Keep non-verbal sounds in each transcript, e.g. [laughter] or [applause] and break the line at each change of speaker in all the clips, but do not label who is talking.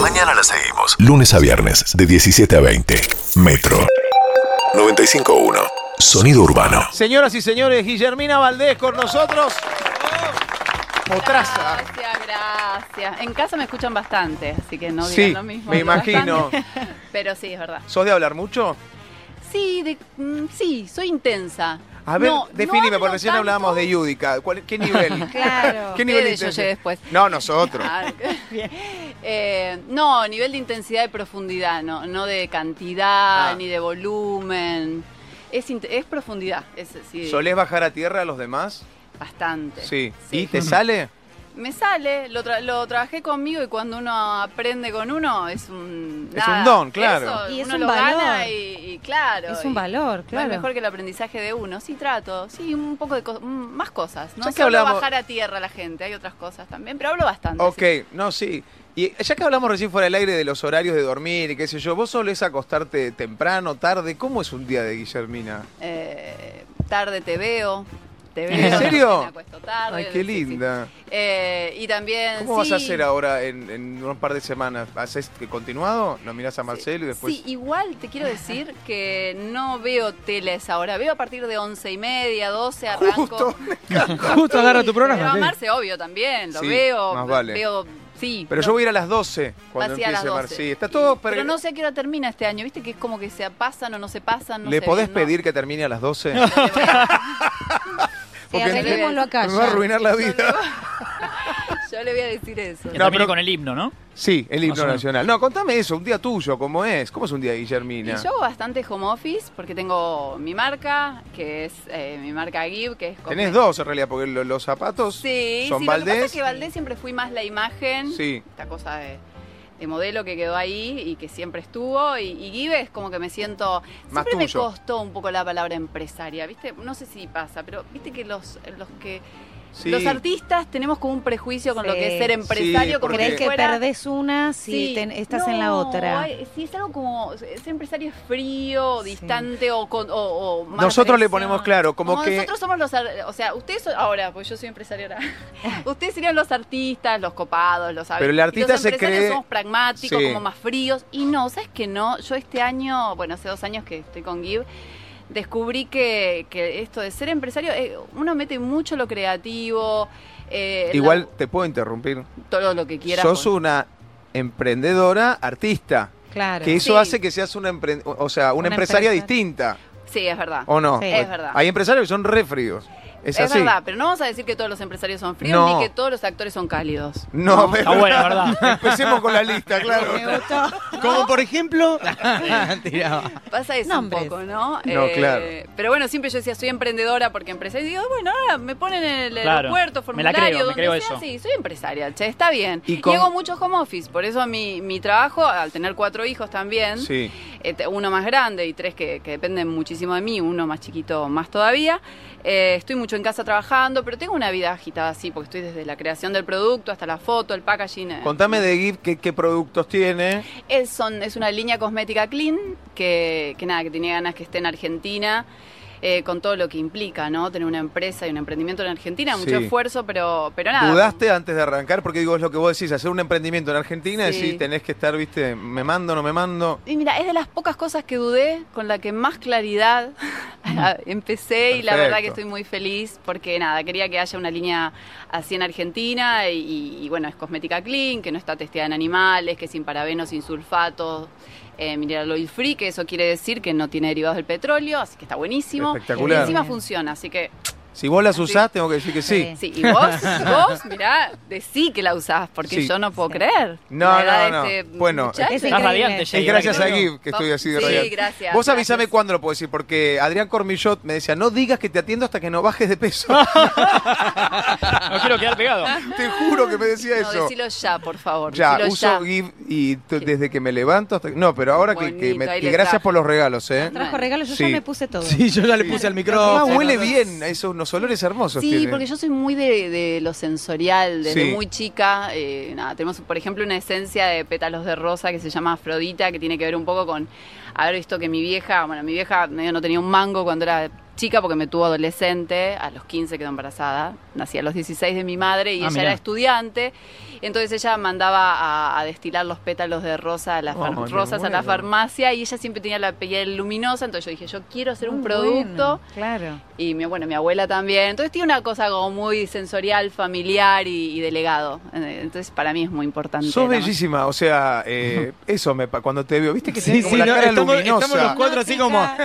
Mañana la seguimos. Lunes a viernes, de 17 a 20. Metro. 95.1. Sonido urbano.
Señoras y señores, Guillermina Valdés con nosotros. Potraza.
Gracias, gracias. En casa me escuchan bastante, así que no digan
Sí,
lo mismo.
me
digo
imagino.
bastante. [laughs] Pero sí, es verdad.
¿Sos de hablar mucho?
Sí, de- mm, sí, soy intensa.
A ver,
No, no
definime,
hablo
porque recién
tanto.
hablábamos de Yudica. ¿Cuál- ¿Qué
[laughs]
nivel?
Claro.
[laughs] ¿Qué nivel de
Ustedes,
intensidad?
yo llegué después.
No, nosotros.
Ah, [laughs] bien. Eh, no, nivel de intensidad y profundidad, no, no de cantidad
Ah.
ni de volumen. Es, int- es profundidad, es, sí,
¿Solés bajar a tierra a los demás?
bastante.
Sí. ¿Y te sale?
Me sale, lo, tra- lo trabajé conmigo y cuando uno aprende con uno es un...
Es un don, claro.
Eso,
Y es
uno
un
lo
valor.
gana y, y claro.
Es
y
un valor,
no es
claro.
mejor que el aprendizaje de uno. Sí, trato, sí, un poco de co- mm, más cosas. No
Ya que
solo
hablamos-
bajar a tierra a la gente, hay otras cosas también, pero hablo bastante.
Ok,
sí.
no, sí. Y ya que hablamos recién fuera del aire de los horarios de dormir y qué sé yo, ¿vos solés acostarte temprano, tarde? ¿Cómo es un día de Guillermina?
Eh, tarde te veo. Te
¿En
veo. no sé,
serio?
[laughs] me acuesto tarde,
Ay, qué
sí, sí.
linda.
Eh, y también...
¿Cómo vas a
sí,
hacer ahora en, en un par de semanas? ¿Haces continuado? ¿Lo mirás a Marcelo y después...?
Sí, igual te quiero decir que no veo teles ahora. Veo a partir de once y media, 12, arranco.
Justo.
[laughs]
Justo agarra tu
Pero
programa.
a
sí.
Marce, obvio, también. Lo
Sí,
veo.
más vale.
Veo, sí.
Pero
lo-
yo voy a ir a las 12 cuando
pasé a las
empiece
12.
Marcelo. está todo...
Y-
per-
Pero no sé a qué hora termina este año. Viste que es como que se pasan o no se pasan. no
¿Le
sé
podés
bien, ¿no?
pedir que termine a las 12? [laughs]
Sí,
Porque
arreglémoslo acá.
Me va a
ya.
arruinar la
Yo le
vida.
voy- Yo le voy a [laughs] decir eso.
Que
No,
termine
pero-
con el himno, ¿no?
Sí, el
Más
himno
o menos.
nacional. No, contame eso, un día tuyo, ¿cómo es? ¿Cómo es un día de Guillermina?
Y yo hago bastante home office porque tengo mi marca, que es eh, mi marca Give, que es como-
Tenés dos en realidad, porque lo- los zapatos
Sí,
son
sí, lo que pasa
Valdés.
es que Valdés siempre fui más la imagen,
Sí.
esta cosa de, de modelo que quedó ahí y que siempre estuvo. Y, y Give es como que me siento.
Más
siempre
tuyo.
me costó un poco la palabra empresaria, ¿viste? No sé si pasa, pero viste que los, los que.
Sí.
Los artistas tenemos como un prejuicio con lo que es
Sí.
ser empresario,
Sí,
como
porque-
¿Crees
si
que
fuera-
perdés una si
Sí.
ten- estás
No,
en la otra?
ay, sí, es algo como. Ese empresario es frío, distante o, con, o, o más
Nosotros le
presión.
ponemos claro, como que-
Nosotros somos los. ar- O sea, ustedes. son- Ahora, pues yo soy empresario ahora. [laughs] ustedes serían los artistas, los copados, los.
Pero el artista
y los
se
empresarios
cree-
somos pragmáticos,
Sí.
como más fríos. Y no, ¿sabes que no? Yo este año, bueno, hace dos años que estoy con Give. Descubrí que, que esto de ser empresario, eh, uno mete mucho lo creativo, eh, la-
Igual te puedo interrumpir.
todo lo que quieras.
Sos
pues.
una emprendedora artista,
Claro.
que eso
Sí.
hace que seas una, empre- o sea, una,
Una
empresaria
empresa-
distinta,
Sí, es verdad.
¿o no?
Sí.
Es verdad.
Hay empresarios que son re fríos. Oh, Es,
Es,
así.
verdad, pero no vamos a decir que todos los empresarios son fríos
No.
ni que todos los actores son cálidos.
No,
Está Ah,
Ah,
bueno, ¿verdad?
[laughs] Empecemos con la lista,
[laughs]
claro.
Como por ejemplo. Tiraba.
Pasa eso
Nombres.
un poco, ¿no? Eh,
No, claro.
Pero bueno, siempre yo decía, soy emprendedora porque empresaria. Y digo, bueno, ahora me ponen en el
Claro.
aeropuerto,
Me la
formulario,
creo, me
donde
creo
sea,
eso.
sí, soy empresaria, che, está bien.
Y
Y,
con-
hago mucho home office, por eso mi, mi trabajo, al tener cuatro hijos también,
Sí.
eh, te- uno más grande y tres que, que dependen muchísimo de mí, uno más chiquito más todavía. Eh, estoy mucho en casa trabajando, pero tengo una vida agitada así, porque estoy desde la creación del producto hasta la foto, el packaging. eh.
Contame de Gift qué, qué productos tiene.
Es, son- es una línea cosmética clean que, que nada, que tenía ganas que esté en Argentina. eh, con todo lo que implica, ¿no? Tener una empresa y un emprendimiento en Argentina, mucho
Sí.
esfuerzo, pero, pero nada.
¿Dudaste antes de arrancar? Porque digo, es lo que vos decís, hacer un emprendimiento en Argentina,
Sí.
decís, tenés que estar, viste, me mando, no me mando.
Y mira, es de las pocas cosas que dudé, con la que más claridad [laughs] empecé y la verdad que
Perfecto.
estoy muy feliz porque nada, quería que haya una línea así en Argentina y, y, bueno, es cosmética clean, que no está testeada en animales, que es sin parabenos, sin sulfatos, eh, mineral oil free, que eso quiere decir que no tiene derivados del petróleo, así que está buenísimo. Y
Espectacular.
encima funciona, así que
Si vos las usás, tengo que decir que sí.
Sí.
sí, y
[laughs]
vos, vos, mirá, decí que la usás porque
Sí.
yo no puedo
Sí.
creer.
No,
la edad
no, no.
de este
Bueno,
muchacho.
es
Estás
increíble.
radiante,
Es
Jay,
gracias a
¿verdad?
Giv que estoy así de
Sí,
radiante.
gracias,
Vos avísame
gracias.
cuándo lo puedo decir, porque Adrián Cormillot me decía, no digas que te atiendo hasta que no bajes de
[laughs]
peso.
No quiero quedar pegado.
te juro que me decía
No,
eso.
decilo ya, por favor.
Ya,
decilo
uso
ya.
Giv y t- desde que me levanto hasta... No, pero ahora que, que me...
Bonito, ahí
y
le
gracias
traje.
por los regalos, ¿eh?
Trajo regalos, yo
Sí.
ya me puse todo.
Sí, yo ya le puse al
Ah,
micrófono.
huele bien, esos unos olores hermosos
Sí,
tiene.
porque yo soy muy de, de lo sensorial, desde
Sí.
muy chica. eh, nada, tenemos, por ejemplo, una esencia de pétalos de rosa que se llama Afrodita, que tiene que ver un poco con haber visto que mi vieja, bueno, mi vieja medio no tenía un mango cuando era chica porque me tuvo adolescente, a los 15 quedó embarazada, nací a los 16 de mi madre y
Ah,
ella
mirá.
era estudiante, entonces ella mandaba a, a destilar los pétalos de rosa a la far-
Oh, qué
rosas a la
bueno.
farmacia y ella siempre tenía la piel luminosa, entonces yo dije, yo quiero hacer un
Muy
producto
Ah, bueno, claro.
y mi, bueno, mi abuela también, entonces tiene una cosa como muy sensorial, familiar y, y de legado, Eh, entonces para mí es muy importante.
Sos
la- [laughs]
bellísima, o sea,
[laughs]
eh, eso me pa- cuando te veo, viste que
Sí,
tenés como
sí,
la
no,
cara
estamos-
luminosa.
estamos los Cuatro así
chica,
como-
sí,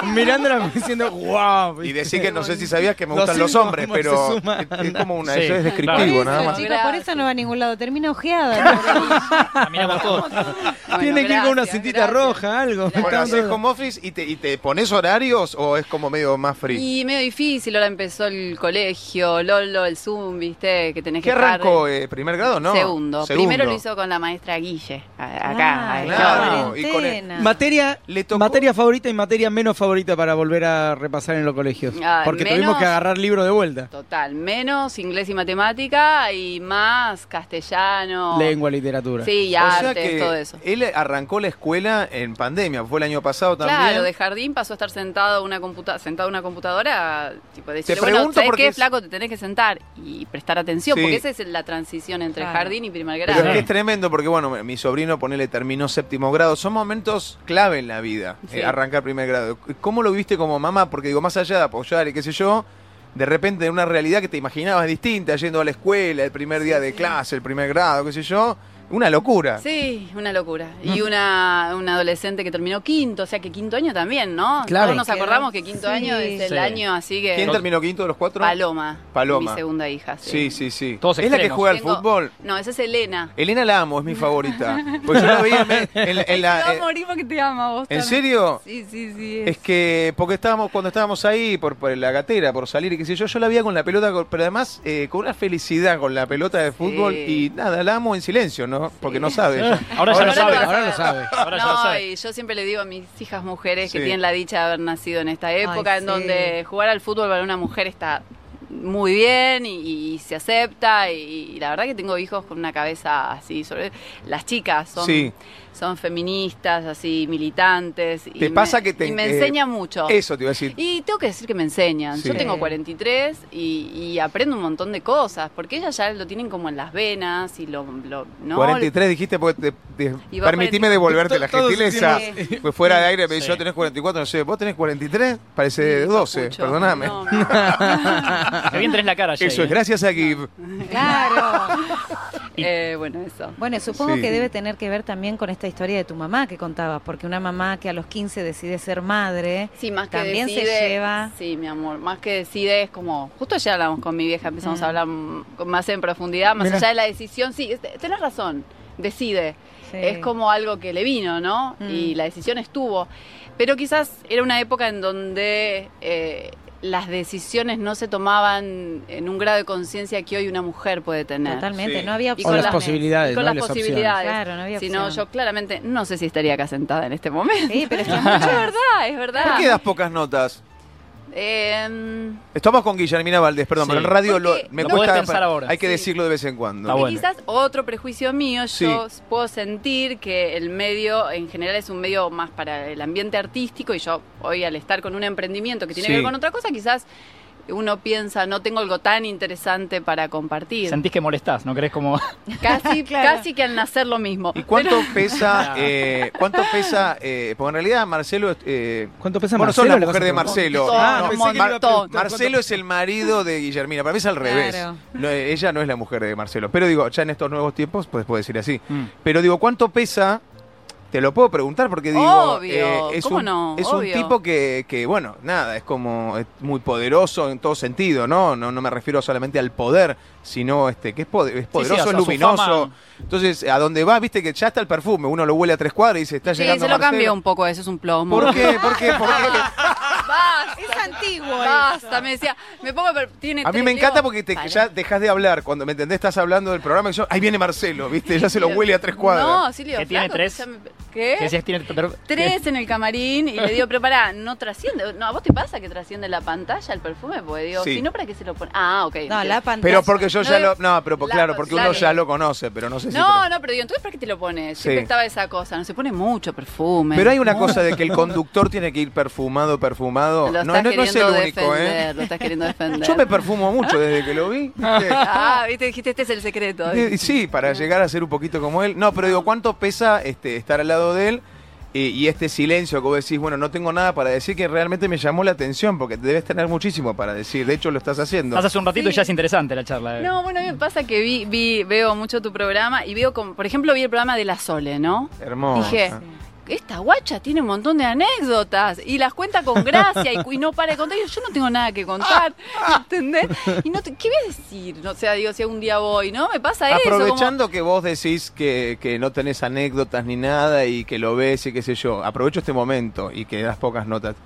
sí.
Mirándola [laughs] diciendo, wow.
Y decir que no sé si sabías que me
Los
gustan los
cinco
hombres,
como
pero
se suman.
es como una,
Sí.
eso es
Por
descriptivo
eso,
nada más.
chicos, por eso no va a ningún lado. Termina ojeada.
Gracias.
Caminamos todos.
Bueno,
Tiene que ir con una
gracias,
cintita
gracias.
roja, algo.
Bueno,
Bueno,
Está
¿haces
todo-
home office y te, y te pones horarios o es como medio más free?
Y medio difícil, ahora empezó el colegio, Lolo, el Zoom, viste, que tenés
¿Qué
que estar-
arrancó? eh, ¿Primer grado no?
Segundo. Primero lo hizo con la maestra Guille, a- acá.
Ah,
a-
claro.
pobre
y con el-
antena.
Ah. Materia,
Le tocó-
materia favorita y materia menos favorita para volver a repasar en los colegios.
Ah,
porque
menos-
tuvimos que agarrar libro de vuelta.
Total, menos inglés y matemática y más castellano.
Lengua, literatura.
Sí, y
O sea
artes,
que
todo eso.
Él arrancó la escuela en pandemia, fue el año pasado también.
Claro, de jardín pasó a estar sentado a una computa sentado a una computadora, tipo decirle, bueno,
pregunto
¿sabés
porque
qué,
es-
flaco? Te tenés que sentar y prestar atención,
Sí.
porque esa es la transición entre
Claro.
jardín y primer grado.
Pero es que
Sí.
es tremendo porque, bueno, mi sobrino, ponele, terminó séptimo grado. Son momentos clave en la vida,
Sí.
eh, arrancar primer grado. ¿Cómo lo viste como mamá? Porque digo, más allá de apoyar y qué sé yo, de repente en una realidad que te imaginabas distinta, yendo a la escuela, el primer día de clase, el primer grado, qué sé yo, una locura.
Sí, una locura. Y
Mm.
una, una adolescente que terminó quinto, o sea que quinto año también, ¿no?
Claro.
Todos nos acordamos que quinto
Sí.
año es el
Sí.
año así que...
¿Quién terminó quinto de los cuatro?
Paloma.
Paloma.
Mi segunda hija,
Sí,
sí.
sí, sí.
Todos
es la que
extremos.
juega al
Tengo-
fútbol.
No, esa es Elena.
Elena la amo, es mi
[laughs]
favorita. Pues yo la veía en, en- en
Te va
la.
a morir porque te ama vos.
Ah, eh, ¿En
también.
serio?
Sí, sí, sí. es.
Es que porque estábamos cuando estábamos ahí por, por la gatera, por salir y qué sé yo, yo la veía con la pelota, con- pero además eh, con una felicidad con la pelota de fútbol y nada, la amo en silencio, ¿no? Porque no sabe. ella.
Ahora ya
Ahora
lo
lo
sabe.
vas a
Ahora lo
ver.
sabe.
Ahora ya lo
No,
sabe.
y yo siempre le digo a mis hijas mujeres
Sí.
que tienen la dicha de haber nacido en esta época,
Ay,
en
sí.
donde jugar al fútbol para una mujer está muy bien y, y se acepta. Y, y la verdad que tengo hijos con una cabeza así. Sobre, las chicas son,
Sí.
son feministas, así, militantes. y
¿Te pasa que te-
Y me
eh,
enseñan mucho.
Eso te iba a decir.
Y tengo que decir que me enseñan.
Sí.
Yo tengo
Sí.
43 y, y aprendo un montón de cosas, porque ellas ya lo tienen como en las venas y lo... lo- ¿no?
43 dijiste porque te, te-
Y vos
permitime devolverte la
To- todos
gentileza.
hicimos-
Pues fuera de aire me dice,
Sí.
yo tenés 44, no sé, vos tenés 43, parece
Sí,
de 12,
papucho.
perdóname.
No, no.
Qué bien tenés la cara, Jay,
Eso es
¿eh?
gracias a Give.
[laughs]
Claro.
Eh, bueno, eso.
Bueno, supongo
Sí.
que debe tener que ver también con esta historia de tu mamá que contabas, porque una mamá que a los 15 decide ser madre,
Sí, más que
también
decide,
se lleva...
Sí, mi amor, más que decide es como, justo ya hablamos con mi vieja, empezamos
Mm.
a hablar mm, con- más en profundidad, más
Mira.
allá de la decisión, sí, es- tenés razón, decide.
Sí.
Es como algo que le vino, ¿no?
Mm.
Y la decisión estuvo. Pero quizás era una época en donde eh, las decisiones no se tomaban en un grado de conciencia que hoy una mujer puede tener.
Totalmente,
Sí.
no había
Y
con
opción.
las posibilidades,
y con
¿no?
las
Las opciones.
posibilidades.
Claro, no había
Si no,
opción.
yo claramente no sé si estaría acá sentada en este
[laughs]
momento.
Sí, pero
[laughs]
es que-
es verdad, es verdad.
¿Por qué das pocas notas?
Eh,
Estamos con Guillermina Valdés, perdón,
Sí.
pero en radio lo,
Porque-
me
Lo
cuesta.
podés pensar ahora.
Hay que
Sí.
decirlo de vez en cuando.
Ah,
porque
bueno.
quizás otro prejuicio mío,
Sí.
yo puedo sentir que el medio en general es un medio más para el ambiente artístico y yo hoy al estar con un emprendimiento que tiene que
Sí.
ver con otra cosa, quizás uno piensa, no tengo algo tan interesante para compartir.
Sentís que molestás, ¿no crees como...?
[laughs] Casi,
[laughs] Claro.
casi que al nacer lo mismo.
¿Y cuánto
Pero-
pesa,
Claro.
eh, cuánto pesa, eh, porque en realidad Marcelo, es, eh,
¿Cuánto pesa
bueno, sos
Marcelo?
la
¿Le vas
mujer
a
de
preguntar?
Marcelo.
Montón,
Ah,
No,
pensé que le iba a
Mar-
montón.
preguntar
Marcelo
cuánto-
es el marido de Guillermina, para mí es al revés.
Claro.
No, eh, ella no es la mujer de Marcelo, pero digo, ya en estos nuevos tiempos, pues puedo decir así.
Mm.
Pero digo, ¿cuánto pesa? Te lo puedo preguntar porque digo, eh,
Obvio,
es,
¿cómo
un,
no?
es
Obvio.
un tipo que, que, bueno, nada, es como es muy poderoso en todo sentido, ¿no? No, no me refiero solamente al poder, sino este que es, pode- es poderoso,
o sea,
es
su
luminoso.
fama-
Entonces, a donde va, viste que ya está el perfume, uno lo huele a tres cuadras y dice, está
Sí,
llegando
se lo
Marcelo.
cambió un poco, eso es un plomo.
¿Por qué? ¿Por qué? ¿Por qué?
[laughs] Basta,
Es antiguo
Basta, me decía, me pongo, pero tiene
A mí
tres,
me encanta
digo,
porque te-
pará.
ya dejas de hablar. Cuando me entendés, estás hablando del programa. y yo, ahí viene Marcelo, ¿viste? Ya se lo huele a tres cuadras.
No, Silvio.
¿Qué tiene tres?
¿Qué?
[laughs] Que decías tiene... pero-
Tres en el camarín y le
[laughs]
digo, pero pará, no trasciende. No, ¿A vos te pasa que trasciende la pantalla el perfume? Porque digo,
Sí.
si no, ¿para qué se lo pone? Ah, ok.
No,
entiendo.
la pantalla.
Pero porque yo ya
No,
lo. No, pero por-
la-
claro, porque uno
claro.
ya lo conoce, pero no sé si.
No, no, pero digo, entonces ¿para qué te lo pones? Siempre
Sí.
estaba esa cosa, no se pone mucho perfume.
Pero hay una
mucho. [laughs]
cosa de que el conductor tiene que ir perfumado, perfumado.
Lo
No,
está
no no es el
queriendo
único, ¿eh?
defender, Lo estás queriendo defender.
Yo me perfumo mucho desde que lo vi. ¿viste?
[laughs] Ah, viste, dijiste, este es el secreto.
Eh, Sí, para llegar a ser un poquito como él. No, pero digo, ¿cuánto pesa este, estar al lado de él? Y, y este silencio que vos decís, bueno, no tengo nada para decir que realmente me llamó la atención, porque debes tener muchísimo para decir. De hecho, lo estás haciendo.
Pasas un ratito y
Sí.
ya es interesante la charla. eh.
No, bueno, a mí me pasa que vi, vi, veo mucho tu programa y veo, como, por ejemplo, vi el programa de La Sole, ¿no?
Hermoso.
Dije, esta guacha tiene un montón de anécdotas y las cuenta con gracia y, cu- y no para de contar. Y yo, yo no tengo nada que contar,
[laughs]
¿entendés? Y no te- ¿Qué voy a decir? No, o sea, digo, si algún día voy, ¿no? Me pasa eso. como-
Aprovechando que vos decís que, que no tenés anécdotas ni nada y que lo ves y qué sé yo, aprovecho este momento y que das pocas notas.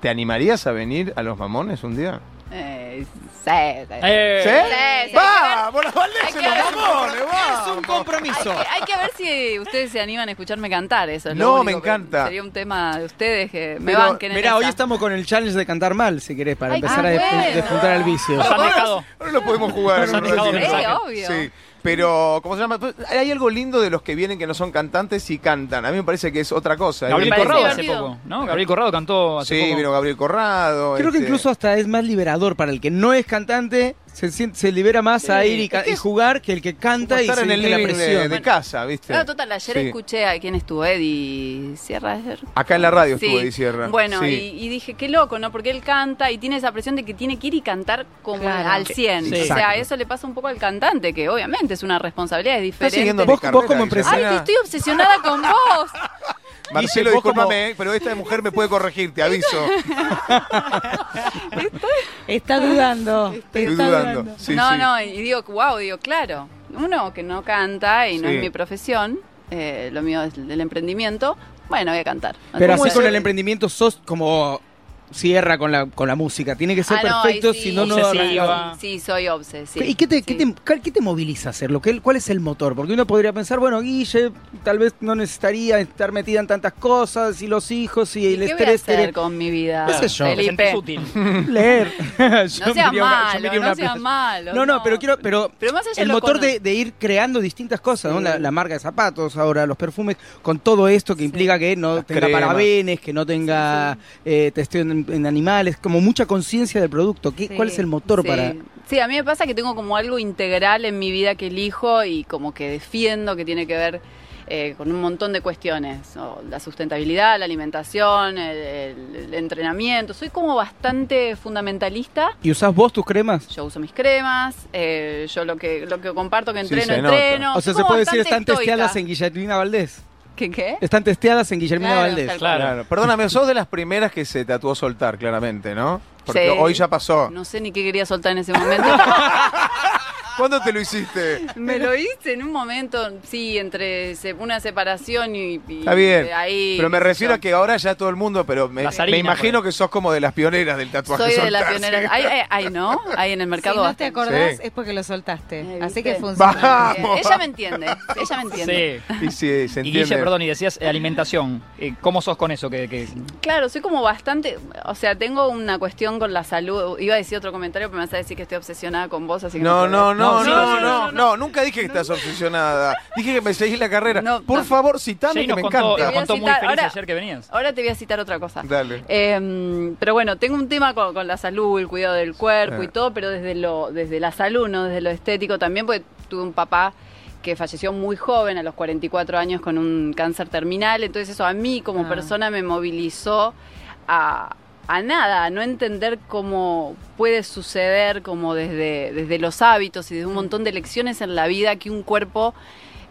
¿Te animarías a venir a los mamones un día?
Eh, sí, sí.
Eh,
Sí, sí,
¡Va! ¡Por las
hay
baldes
que
en los
ver-
mamones!
Es un
¡Vamos!
Hay que,
compromiso.
hay que ver si ustedes se animan a escucharme cantar eso. es lo
No,
único
me
que
encanta.
Sería un tema de ustedes que me
Pero,
banquen en
Mirá, hoy
esa.
estamos con el challenge de cantar mal, si querés, para
Ay,
empezar
ah,
a
bueno.
despuntar el vicio.
Nos han dejado.
Ahora lo podemos jugar.
Nos han
¿no?
dejado
Sí,
mensaje.
Sí, obvio.
Sí. Pero, ¿cómo se llama? Hay algo lindo de los que vienen que no son cantantes y cantan. A mí me parece que es otra cosa.
Gabriel
Me
Hay-
parece
Corrado hace
divertido.
poco, ¿no? Gabriel Corrado cantó hace
Sí,
poco.
vino Gabriel Corrado.
Creo que
este-
incluso hasta es más liberador para el que no es cantante, se, siente- se libera más a ir y, ca-
Es que
y
es
jugar que el que
como
canta y
estar
se
en el
siente la
living de,
presión.
de casa, ¿viste?
Claro, total, ayer
Sí.
escuché a quién estuvo Eddie Sierra ayer.
Acá en la radio
Sí.
estuvo Eddie Sierra.
Bueno,
Sí.
y, y dije, qué loco, ¿no? Porque él canta y tiene esa presión de que tiene que ir y cantar como
Claro.
al 100.
Sí.
O sea,
Exacto.
eso le pasa un poco al cantante, que obviamente es una responsabilidad, es
¿Estás siguiendo
diferente.
mi
Vos-
carrera,
vos como
Guillermo?
Ay, que estoy obsesionada con vos.
Marcelo,
Guille, vos como-
discúlpame, eh, pero esta mujer me puede corregir, te
[laughs]
aviso.
Está dudando.
Estoy
está
dudando. [laughs] Sí,
no,
sí.
no, y digo, wow, digo, claro. Uno que no canta y no
Sí.
es mi profesión, eh, lo mío es el emprendimiento, bueno, voy a cantar.
Pero
¿Cómo
así
es?
con el emprendimiento sos como cierra con la, con la música. Tiene que ser
Ah, no, ahí
perfecto,
sí.
si no, no...
Obsesiva.
Ah. Sí, soy obsesiva.
¿Y qué te, qué, te, cuál- qué te moviliza a hacerlo? ¿Qué- ¿Cuál es el motor? Porque uno podría pensar, bueno, Guille tal vez no necesitaría estar metida en tantas cosas y los hijos y,
¿Y qué
el
voy a
estrés.
hacer
tener-
con mi vida?
¿Qué sé yo?
Te sentís
Felipe.
útil.
[laughs] Leer. Yo
No seas
miraría una- yo
malo,
miraría
no
una
seas
plaza.
malo.
No, no, pero quiero, pero,
Pero más allá
el
lo
motor
cono-
de, de ir creando distintas cosas, ¿no?
Sí.
la, la marca de zapatos, ahora los perfumes, con todo esto que implica que no
Las
tenga
cremas.
parabenes, que no tenga eh, testeo en, en animales, como mucha conciencia del producto. ¿Qué,
Sí.
¿Cuál es el motor
Sí.
para...?
Sí, a mí me pasa que tengo como algo integral en mi vida que elijo y como que defiendo que tiene que ver eh, con un montón de cuestiones. ¿no? La sustentabilidad, la alimentación, el, el- el entrenamiento. Soy como bastante fundamentalista.
¿Y usás vos tus cremas?
Yo uso mis cremas, eh, yo lo que lo que comparto que
Sí,
entreno,
se nota.
entreno.
o
Soy
sea, se
como
puede decir,
bastante
están testeadas en
estoica.
Guillermina Valdés.
¿Qué qué?
Están testeadas en Guillermina
Claro,
Valdés.
tal cual.
Claro.
Claro. Perdóname, sos de las primeras que se tatuó soltar, claramente, ¿no? Porque
Sí.
hoy ya pasó.
No sé ni qué quería soltar en
[laughs]
ese momento.
¿Cuándo te lo hiciste?
Me lo hice en un momento, sí, entre se- una separación y, y
Está bien.
ahí.
pero me
qué sé
refiero
yo.
a que ahora ya todo el mundo, pero me,
La Sarina,
me imagino
por
que sos como de las pioneras del tatuaje
Soy de las
soltar,
pioneras.
¿sí?
Ay, ay, ay, ¿no? Hay en el mercado.
si no te
bastante.
acordás
Sí.
es porque lo soltaste.
Eh,
Así
¿viste?
que funciona.
Vamos.
Ella me entiende. Ella me entiende.
Sí.
Y sí, se
Y
entiende.
Guille, perdón, y decías eh, alimentación. Eh, ¿Cómo sos con eso? Que, que-
Claro, soy como bastante. O sea, tengo una cuestión con la salud. Iba a decir otro comentario, pero me vas a decir que estoy obsesionada con vos, así que.
No, no, no, no,
No, sí,
no,
sí,
no, nunca dije que estás obsesionada. Dije que me seguís la carrera.
No,
Por
no.
favor, citame
Jay
que
nos
me
contó,
Te
nos
voy a
encanta.
contó muy
citar,
feliz
ahora-
ayer que venías.
Ahora te voy a citar otra cosa.
Dale.
Eh, pero bueno, tengo un tema con, con la salud, el cuidado del cuerpo
Sí.
y todo, pero desde lo desde la salud, no desde lo estético también, porque tuve un papá que falleció muy joven, a los 44 años, con un cáncer terminal. Entonces eso a mí como
Ah.
persona me movilizó a, a nada, a no entender cómo puede suceder como desde, desde los hábitos y de un montón de lecciones en la vida que un cuerpo...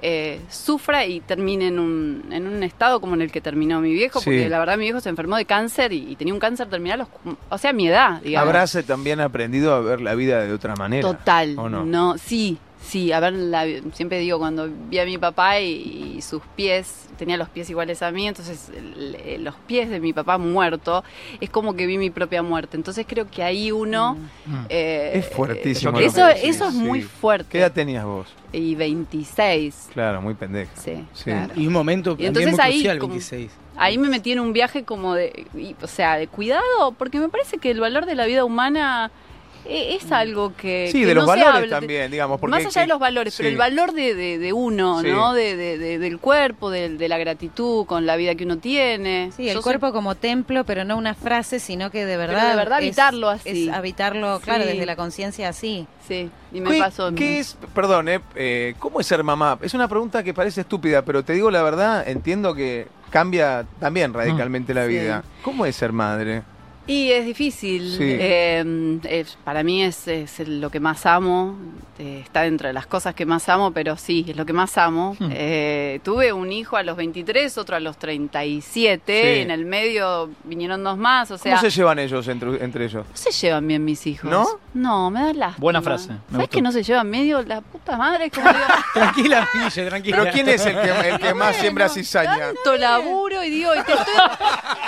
eh, sufra y termine en un, en un estado como en el que terminó mi viejo,
Sí.
porque la verdad mi viejo se enfermó de cáncer y, y tenía un cáncer terminal, a los- o sea, a mi edad, digamos.
Habrás eh, también aprendido a ver la vida de otra manera.
Total.
¿o no?
no? sí, sí. A ver, la- siempre digo, cuando vi a mi papá y, y sus pies, tenía los pies iguales a mí, entonces el- el- los pies de mi papá muerto, es como que vi mi propia muerte. Entonces creo que ahí uno... eh,
Mm. Es fuertísimo.
Yo
Eso,
lo que decís,
eso es muy
sí.
fuerte.
¿Qué edad tenías vos?
Y 26.
Claro, muy pendeja.
Sí,
Sí.
claro.
Y un momento
Y
también
entonces
muy
ahí,
crucial,
como-
26.
Ahí me metí en un viaje como de, y- o sea, de cuidado, porque me parece que el valor de la vida humana e- es algo que.
Mm. Sí,
que
de los
no se
valores
habla.
también, digamos. Porque
Más allá de los valores, pero
sí.
el valor de, de- de uno,
Sí.
¿no? De, de- de- del cuerpo, del- de, la gratitud con la vida que uno tiene.
Sí,
Yo
el
soy-
cuerpo como templo, pero no una frase, sino que de verdad.
de verdad
es-
habitarlo así.
Es habitarlo, claro,
Sí.
desde la conciencia así.
Sí, y
¿Qué,
me pasó. a mí.
qué es, perdón, eh, eh, ¿cómo es ser mamá? Es una pregunta que parece estúpida, pero te digo la verdad, entiendo que cambia también radicalmente la
Mm. Sí.
vida. ¿Cómo es ser madre?
Y es difícil.
Sí.
eh, eh, para mí es, es lo que más amo. eh, está dentro de las cosas que más amo, pero sí, es lo que más amo.
Hmm.
Eh, tuve un hijo a los 23, otro a los 37.
Sí.
En el medio vinieron dos más. O sea,
¿Cómo se llevan ellos entre, entre ellos?
no se llevan bien mis hijos.
¿No?
No, me da lástima.
Buena frase, me
¿Sabes
gustó.
que no se llevan medio? La puta madre, como digo,
Tranquila, Guille, tranquila.
Pero ¿quién es el que, el
[laughs]
que más
Bueno,
siembra cizaña?
tanto laburo y digo, y te estoy-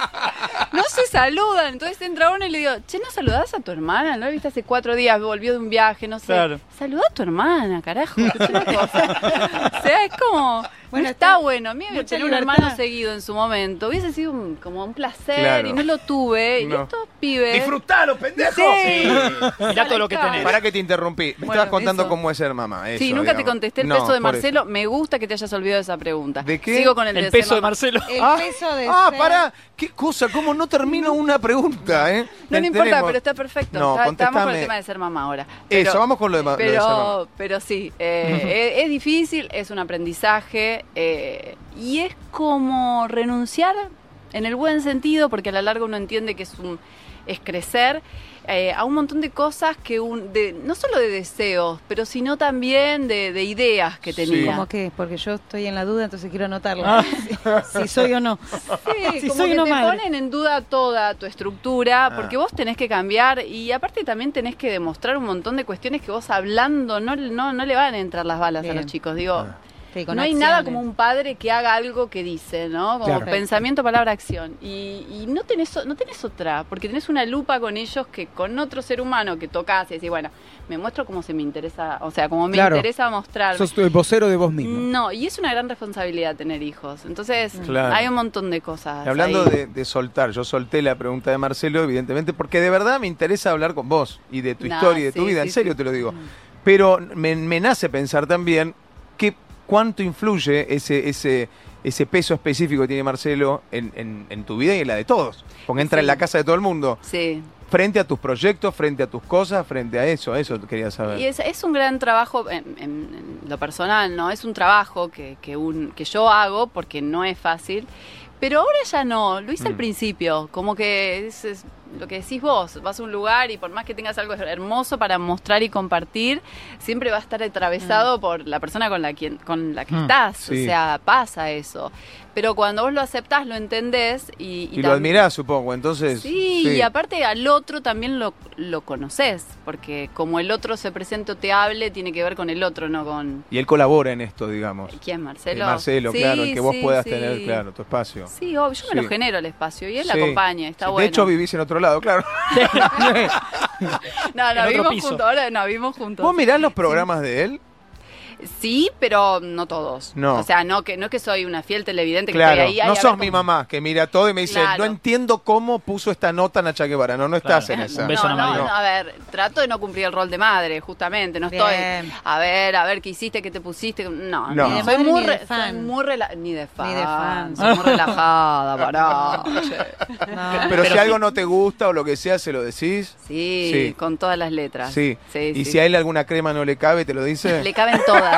no se saludan. Entonces entra uno y le digo, che, ¿no saludás a tu hermana? ¿No la viste hace cuatro días? Volvió de un viaje, no sé.
Claro.
Saludá a tu hermana, carajo. es
[laughs]
una cosa. o sea, es como...
Bueno,
no está
está-
bueno. Mira,
mucha
tener un
libertad.
hermano seguido en su momento hubiese sido un- como un placer
Claro.
y no lo tuve.
No.
Y estos pibes...
Eh, ¡Disfrutalo, pendejo!
Sí.
Mirá todo lo que tenés.
Para que te interrumpí. Me
Bueno,
estabas contando
eso.
cómo es ser mamá.
Sí,
eso,
nunca te
digamos.
contesté el
No,
peso de
por
Marcelo. Me gusta que te hayas olvidado de esa pregunta.
¿De qué?
Sigo con el,
El
de
peso
ser
de
mamá.
Marcelo.
[laughs] El
Ah,
peso de.
Ah,
ser-
pará, qué cosa, cómo no termino una pregunta, ¿eh?
No, no importa,
Tenemos-
pero está perfecto.
No,
Está- estamos con
contestame.
el tema de ser mamá ahora. Pero-
Eso, vamos con lo de, ma- lo de ser mamá.
Pero,
[laughs]
pero sí, eh, es, es difícil, es un aprendizaje eh, y es como renunciar en el buen sentido, porque a la larga uno entiende que es un es crecer eh, a un montón de cosas que un, de, no solo de deseos, pero sino también de, de ideas que
Sí.
tenía.
Como que, porque yo estoy en la duda, entonces quiero anotarla. [laughs] Si, si soy o no.
Sí,
[laughs] Si
como
soy
que
una
te
madre.
ponen en duda toda tu estructura,
Ah.
porque vos tenés que cambiar y aparte también tenés que demostrar un montón de cuestiones que vos hablando no, no, no le van a entrar las balas a
Bien.
los chicos. Digo,
Ah.
Sí, con
no hay nada
acciones.
como un padre que haga algo que dice, ¿no? Como
Claro.
pensamiento, palabra, acción. Y, y no, tenés, o- no tenés otra, porque tenés una lupa con ellos que con otro ser humano que tocas y decís, bueno, me muestro como se me interesa, o sea, como me
Claro.
interesa mostrar.
Sos el vocero de vos mismo.
No, y es una gran responsabilidad tener hijos. Entonces,
Claro.
hay un montón de cosas.
Y Hablando
ahí.
de, de soltar, yo solté la pregunta de Marcelo, evidentemente, porque de verdad me interesa hablar con vos y de tu
No,
historia y de tu
sí,
vida, en
sí,
serio
sí.
te lo digo. Pero me, me nace pensar también que cuánto influye ese, ese, ese peso específico que tiene Marcelo en, en- en tu vida y en la de todos. Porque entra
Sí.
en la casa de todo el mundo,
Sí.
frente a tus proyectos, frente a tus cosas, frente a eso, eso quería saber.
Y es, es un gran trabajo en, en- en lo personal, ¿no? Es un trabajo que, que, un, que yo hago porque no es fácil. Pero ahora ya no, lo hice al
Mm.
principio, como que es, es lo que decís vos, vas a un lugar y por más que tengas algo hermoso para mostrar y compartir, siempre va a estar atravesado por la persona con la, quien, con la que
Mm,
estás,
Mm. sí.
o sea, pasa eso. Pero cuando vos lo aceptás, lo entendés y...
Y lo
tam-
admirás, supongo, entonces.
Sí, y aparte al otro también lo, lo conoces, porque como el otro se presenta o te hable, tiene que ver con el otro, no con...
Y él colabora en esto, digamos.
¿Quién?
Eh,
Marcelo.
Marcelo, claro, el que vos
sí,
puedas
sí.
tener, claro, tu espacio.
Sí, obvio, yo me
Sí.
lo genero el espacio y
Sí.
él la acompaña, está
Sí,
bueno.
De hecho, vivís en otro lado, claro.
no,
en
no,
otro
vivimos
piso.
juntos, ahora no, vivimos juntos.
¿Vos mirás los programas de él?
Sí, pero no todos.
No.
O sea, no que no es que soy una fiel televidente que
Claro.
estoy ahí. ay,
no
a ver
sos
cómo-
mi mamá, que mira todo y me dice,
Claro.
no entiendo cómo puso esta nota Nacha Guevara. No, no estás
Claro.
en esa.
Un beso
no,
a la
no,
María.
no, a ver, trato de no cumplir el rol de madre, justamente, no estoy,
Bien.
a ver, a ver qué hiciste, qué te pusiste, no,
No.
no,
Ni de
soy
madre,
muy,
ni de
re-
fan.
soy muy rela- ni de fan,
Ni de fan.
soy muy relajada,
[laughs]
pará, che.
No.
Pero, si algo no te gusta o lo que sea, se lo decís.
sí,
Sí.
con todas las letras,
Sí. y
sí.
si a él alguna crema no le cabe, te lo dice.
le caben
[laughs]
todas,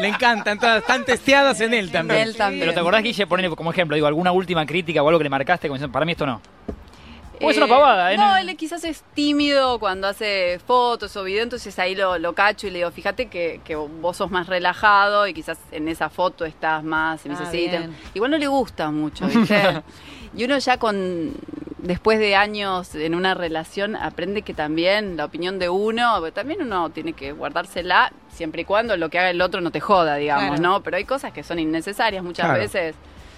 Le encantan todas, están testeadas en él también.
él también.
Pero te acordás, Guille, ponele como ejemplo, digo, alguna última crítica o algo que le marcaste, como diciendo, para mí esto no. O es una pavada, ¿eh?
No, él quizás es tímido cuando hace fotos o videos, entonces ahí lo, lo cacho y le digo, fíjate que, que vos sos más relajado y quizás en esa foto estás más, y me
Ah,
dice, sí, te-
bien.
igual no le gusta
[laughs]
mucho, ¿viste? y uno ya con después de años en una relación aprende que también la opinión de uno, porque también uno tiene que guardársela siempre y cuando lo que haga el otro no te joda, digamos,
Claro.
¿no? Pero hay cosas que son innecesarias muchas
Claro.
veces.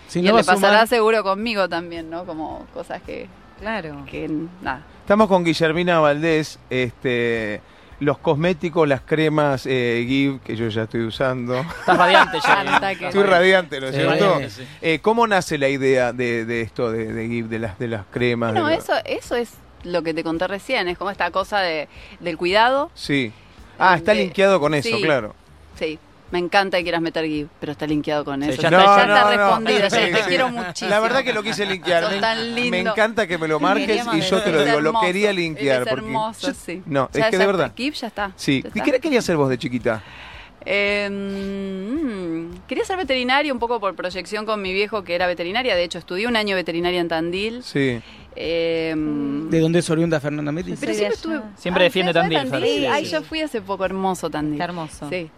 Si
y le
va a sumar-
pasará seguro conmigo también, ¿no? Como cosas que
Claro.
que nada.
Estamos con Guillermina Valdés, este. Los cosméticos, las cremas eh, Give, que yo ya estoy usando.
Estás radiante ya.
Tanta que-
Estoy radiante, ¿no es
Sí,
cierto?
radiante,
Eh, ¿Cómo nace la idea de, de esto, de, de Give, de las, de las cremas?
Bueno,
de lo-
eso, eso es lo que te conté recién, es como esta cosa de, del cuidado.
Sí. Ah, está
De-
linkeado con eso,
Eh, sí.
claro.
Sí, me encanta que quieras meter GIF, pero está linkeado con
Sí,
eso.
ya
ya
está.
está,
No, no, no.
respondido, ya
Sí,
te
sí.
quiero muchísimo.
La verdad que lo quise linkear. ¿eh?
Sos
Me,
tan lindo.
me encanta que me lo marques
Queríamos
y yo te lo
Es
digo. Lo
hermoso,
quería linkear.
Es
porque
hermoso,
yo-
sí.
No,
Ya-
es que
ya
de
está,
verdad.
GIF ya está.
Sí.
ya
¿Qué
está.
quería- querías hacer vos de chiquita?
Eh, mm, quería ser veterinaria un poco por proyección con mi viejo que era veterinaria. De hecho, estudié un año veterinaria en Tandil.
Sí.
Eh,
¿De dónde es oriunda Fernanda Meti?
Sí.
pero
Soy de
siempre
allá.
estuve.
Siempre defiende
¿ustedes
Tandil,
van a
Fer, sí,
Ay,
sí.
yo fui hace poco hermoso Tandil.
Está hermoso.
Sí.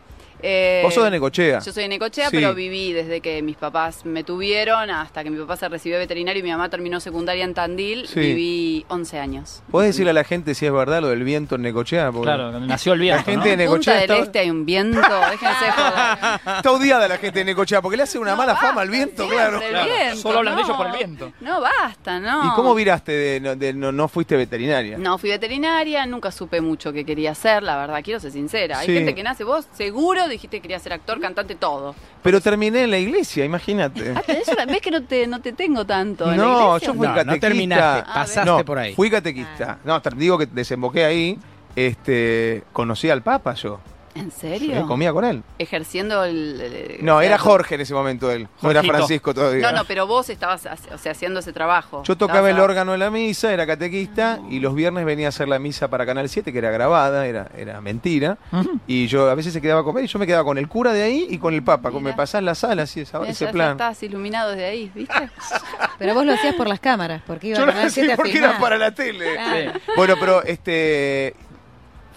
Eh,
Vos sos de Necochea.
Yo soy de Necochea,
Sí.
pero viví desde que mis papás me tuvieron hasta que mi papá se recibió de veterinario y mi mamá terminó secundaria en Tandil.
Sí.
Viví 11 años.
¿Podés decirle a la gente si es verdad lo del viento en Necochea? Porque
Claro, nació el viento.
gente
¿no?
de
En
Necochea
Punta del
está,
Este hay
[laughs]
un viento, déjense de joder.
está odiada la gente de Necochea porque le hace una mala fama al viento,
siempre
claro.
el
Claro,
viento,
solo hablan de ellos
no.
por el viento.
No, basta, no.
¿Y cómo viraste de, no, de no, no fuiste veterinaria?
No, fui veterinaria, nunca supe mucho qué quería hacer, la verdad, quiero ser sincera. Hay
Sí.
gente que nace, vos seguro dijiste que querías ser actor, cantante, todo.
Pero terminé en la iglesia, imagínate.
Ah, tenés una- ¿Ves que no te, no te tengo tanto? en la
No,
iglesia?
yo fui
No, no
catequista.
terminaste, pasaste
No,
por ahí.
Fui
Ah.
catequista. No, te digo que desemboqué ahí. Este, conocí al Papa yo.
¿En
Eh,
serio?
comía con él.
Ejerciendo el... el-
No,
o sea,
era Jorge en ese momento él. No era
Jorgito.
Francisco todavía.
Eh, No, no, pero vos estabas hace- o sea, haciendo ese trabajo.
Yo tocaba
Estabas
el
a-
órgano en la misa, era catequista, y los viernes venía a hacer la misa para Canal 7, que era grabada, era, era mentira.
Ujú.
Y yo a veces se quedaba a comer, y yo me quedaba con el cura de ahí y con el Papa. como
Mira.
Me pasás la sala, así, esa-
Mirá,
ese
ya- ya
plan.
estabas iluminado desde ahí, ¿viste?
[laughs]
Pero vos lo hacías por las cámaras, porque iba
Yo
a
lo
Canal siete
hacía
a
porque
filmar.
era para la tele.
Claro.
Sí.
Bueno, pero este.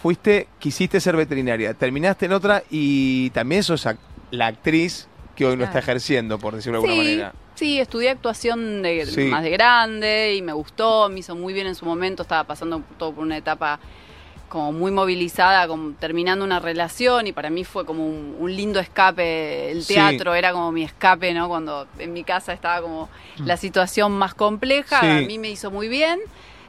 Fuiste, quisiste ser veterinaria, terminaste en otra y también sos ac- la actriz que hoy no está
Claro.
ejerciendo, por decirlo de
sí,
alguna manera.
Sí, estudié actuación de,
Sí.
más de grande y me gustó, me hizo muy bien en su momento, estaba pasando todo por una etapa como muy movilizada, como terminando una relación y para mí fue como un, un lindo escape, el
Sí.
teatro era como mi escape, ¿no? Cuando en mi casa estaba como la situación más compleja,
Mm. Sí.
a mí me hizo muy bien.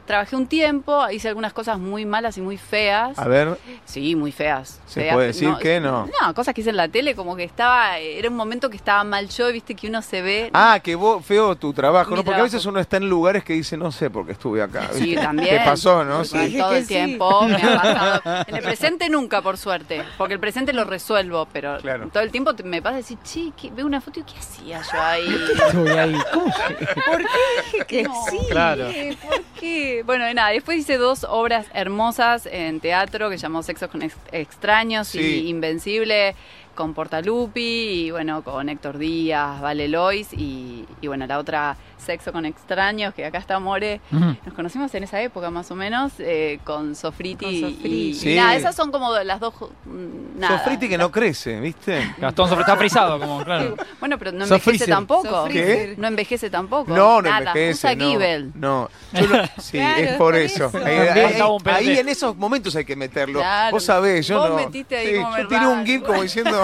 Trabajé un tiempo, hice algunas cosas muy malas y muy feas.
A ver,
Sí, muy feas.
¿Se
Feas.
puede decir que no?
No, cosas que hice en la tele, como que estaba, era un momento que estaba mal yo, y viste que uno se ve.
ah, que vos, feo tu trabajo,
Mi
¿no? Porque a veces
trabajo.
uno está en lugares que dice, no sé por qué estuve acá.
Sí,
¿viste?
también.
Te pasó, ¿no?
Sí,
Sí.
Todo
que
el
sí.
tiempo me
[laughs]
ha pasado. En el presente nunca, por suerte, porque el presente lo resuelvo, pero
Claro.
todo el tiempo te- me pasa decir, che, que- veo una foto y ¿qué hacía yo ahí?
[laughs]
Estoy ahí. ¿Cómo?
¿Por qué dije [laughs] que
No,
sí?
Claro.
¿qué? Eh, ¿Por qué? Bueno, nada, después hice dos obras hermosas en teatro que llamó Sexos con Ex- Extraños
Sí.
y Invencible con Portalupi y bueno, con Héctor Díaz, Vale Lois y, y bueno, la otra Sexo con Extraños, que acá está More.
Ujú.
Nos conocimos en esa época más o menos eh, con Sofriti.
Con
y-
Sofriti.
Y,
Sí.
nada, esas son como las dos... mm, Nada.
Sofriti que no crece, ¿viste?
Gastón sobre- está frisado, como, claro.
Bueno, pero no
Sofriti.
envejece tampoco.
Sofriti.
¿Qué?
No envejece tampoco.
No, no
Nada,
envejece.
Usa
no,
Gibel.
No, Yo
[laughs]
lo- sí,
Claro,
es por
por
eso.
eso.
Ahí,
También
ahí-
estaba un pendejo.
ahí en esos momentos hay que meterlo.
Claro.
Vos sabés, yo
Vos
no.
metiste ahí
Sí,
como
yo tiré un
raro.
gif como
[laughs]
diciendo.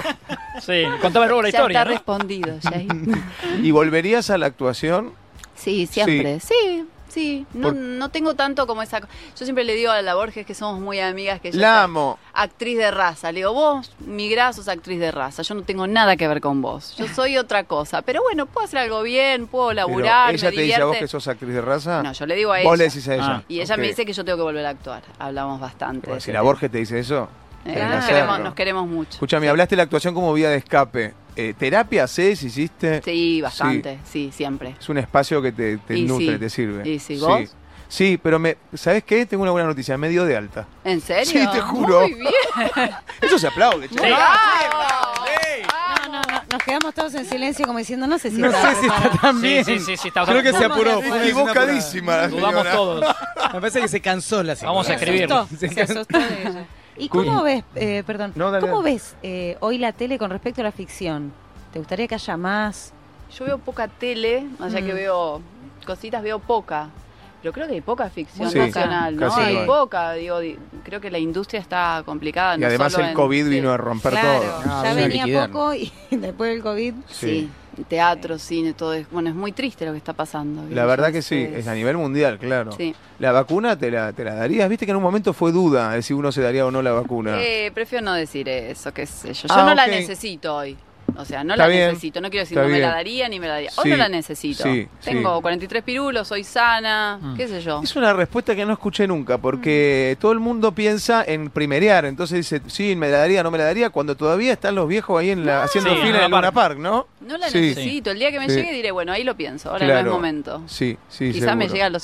Sí, contaba el robo la
ya
historia.
está
¿no?
respondido,
[laughs]
Jay.
¿Y volverías a la actuación?
Sí, siempre. Sí, sí. No,
Por-
no tengo tanto como esa... co- Yo siempre le digo a la Borges que somos muy amigas, que ella
La
es
amo.
actriz de raza. Le digo, vos migrás, sos actriz de raza. Yo no tengo nada que ver con vos. Yo soy otra cosa. Pero bueno, puedo hacer algo bien, puedo
Pero
laburar,
¿Ella
me
te dice a vos
divierte.
que sos actriz de raza?
No, yo le digo a
Vos
ella.
le decís a ella.
Ah.
Y ella
Ok.
me dice que yo tengo que volver a actuar. Hablamos bastante.
Bueno,
de
si
ese
la
tema.
Borges te dice eso.
Eh,
tenés que
nos,
hacerlo.
queremos, nos queremos mucho.
Escuchame, hablaste de la actuación como vía de escape. Eh, ¿Terapia haces? ¿Hiciste?
Sí, bastante. Sí, siempre.
Es un espacio que te, te
Y
nutre,
sí.
te sirve.
Y sí, ¿vos?
Sí. Sí, pero me, ¿sabés qué? Tengo una buena noticia, me dio de alta.
¿En serio?
Sí, te juro. [laughs]
Muy bien.
Eso se aplaude, che.
Bravo.
No, no, no, nos quedamos todos en silencio como diciendo, no sé si
No
está
sé si está
preparada.
tan
Sí,
bien.
sí, sí, sí, está
Creo que se
Estamos de
apuró.
acuerdo.
fue una
Equivocadísima la
Dudamos
señora.
todos.
apurada. Me parece que se cansó la señora.
Vamos a escribir.
Se asustó, se asustó de ella. ¿Y cómo
Escucha.
ves, eh, perdón,
No, dale,
cómo
dale.
ves eh, hoy la tele con respecto a la ficción? ¿Te gustaría que haya más?
Yo veo poca tele, allá
Mm.
que veo cositas, veo poca. Pero creo que hay poca ficción
Sí,
nacional, ¿no?
casi
no
hay.
Hay poca, digo, di- creo que la industria está complicada.
Y
no
además
solo
el
en-
COVID
sí.
vino a romper todo.
Ah,
ya
había que
venía
liquidar.
poco y [laughs] después del COVID.
Sí, teatro, cine, todo. es- Bueno, es muy triste lo que está pasando.
La verdad que sí, es a nivel mundial, claro.
Sí.
La vacuna te la, te la darías, viste que en un momento fue duda eh, de si uno se daría o no la vacuna.
Eh, prefiero no decir eso, qué sé yo. Yo
Ah,
no la
ok.
necesito hoy. O sea, no
Está
la
bien.
necesito. No quiero decir
Está
no me la
bien.
daría ni me la daría. Hoy
Sí,
no la necesito.
sí,
Tengo
sí.
43 pirulos, soy sana,
Mm.
qué sé yo.
Es una respuesta que no escuché nunca, porque
Mm.
todo el mundo piensa en primerear, entonces dice, sí, me la daría, no me la daría, cuando todavía están los viejos ahí en la, haciendo
Sí, en
fila en el Luna
Luna
Park, ¿no?
No la
Sí.
necesito. El día que me
Sí.
llegue diré, bueno, ahí lo pienso. Ahora no
Claro.
es momento.
Sí, sí,
Quizás me
seguro.
llega a los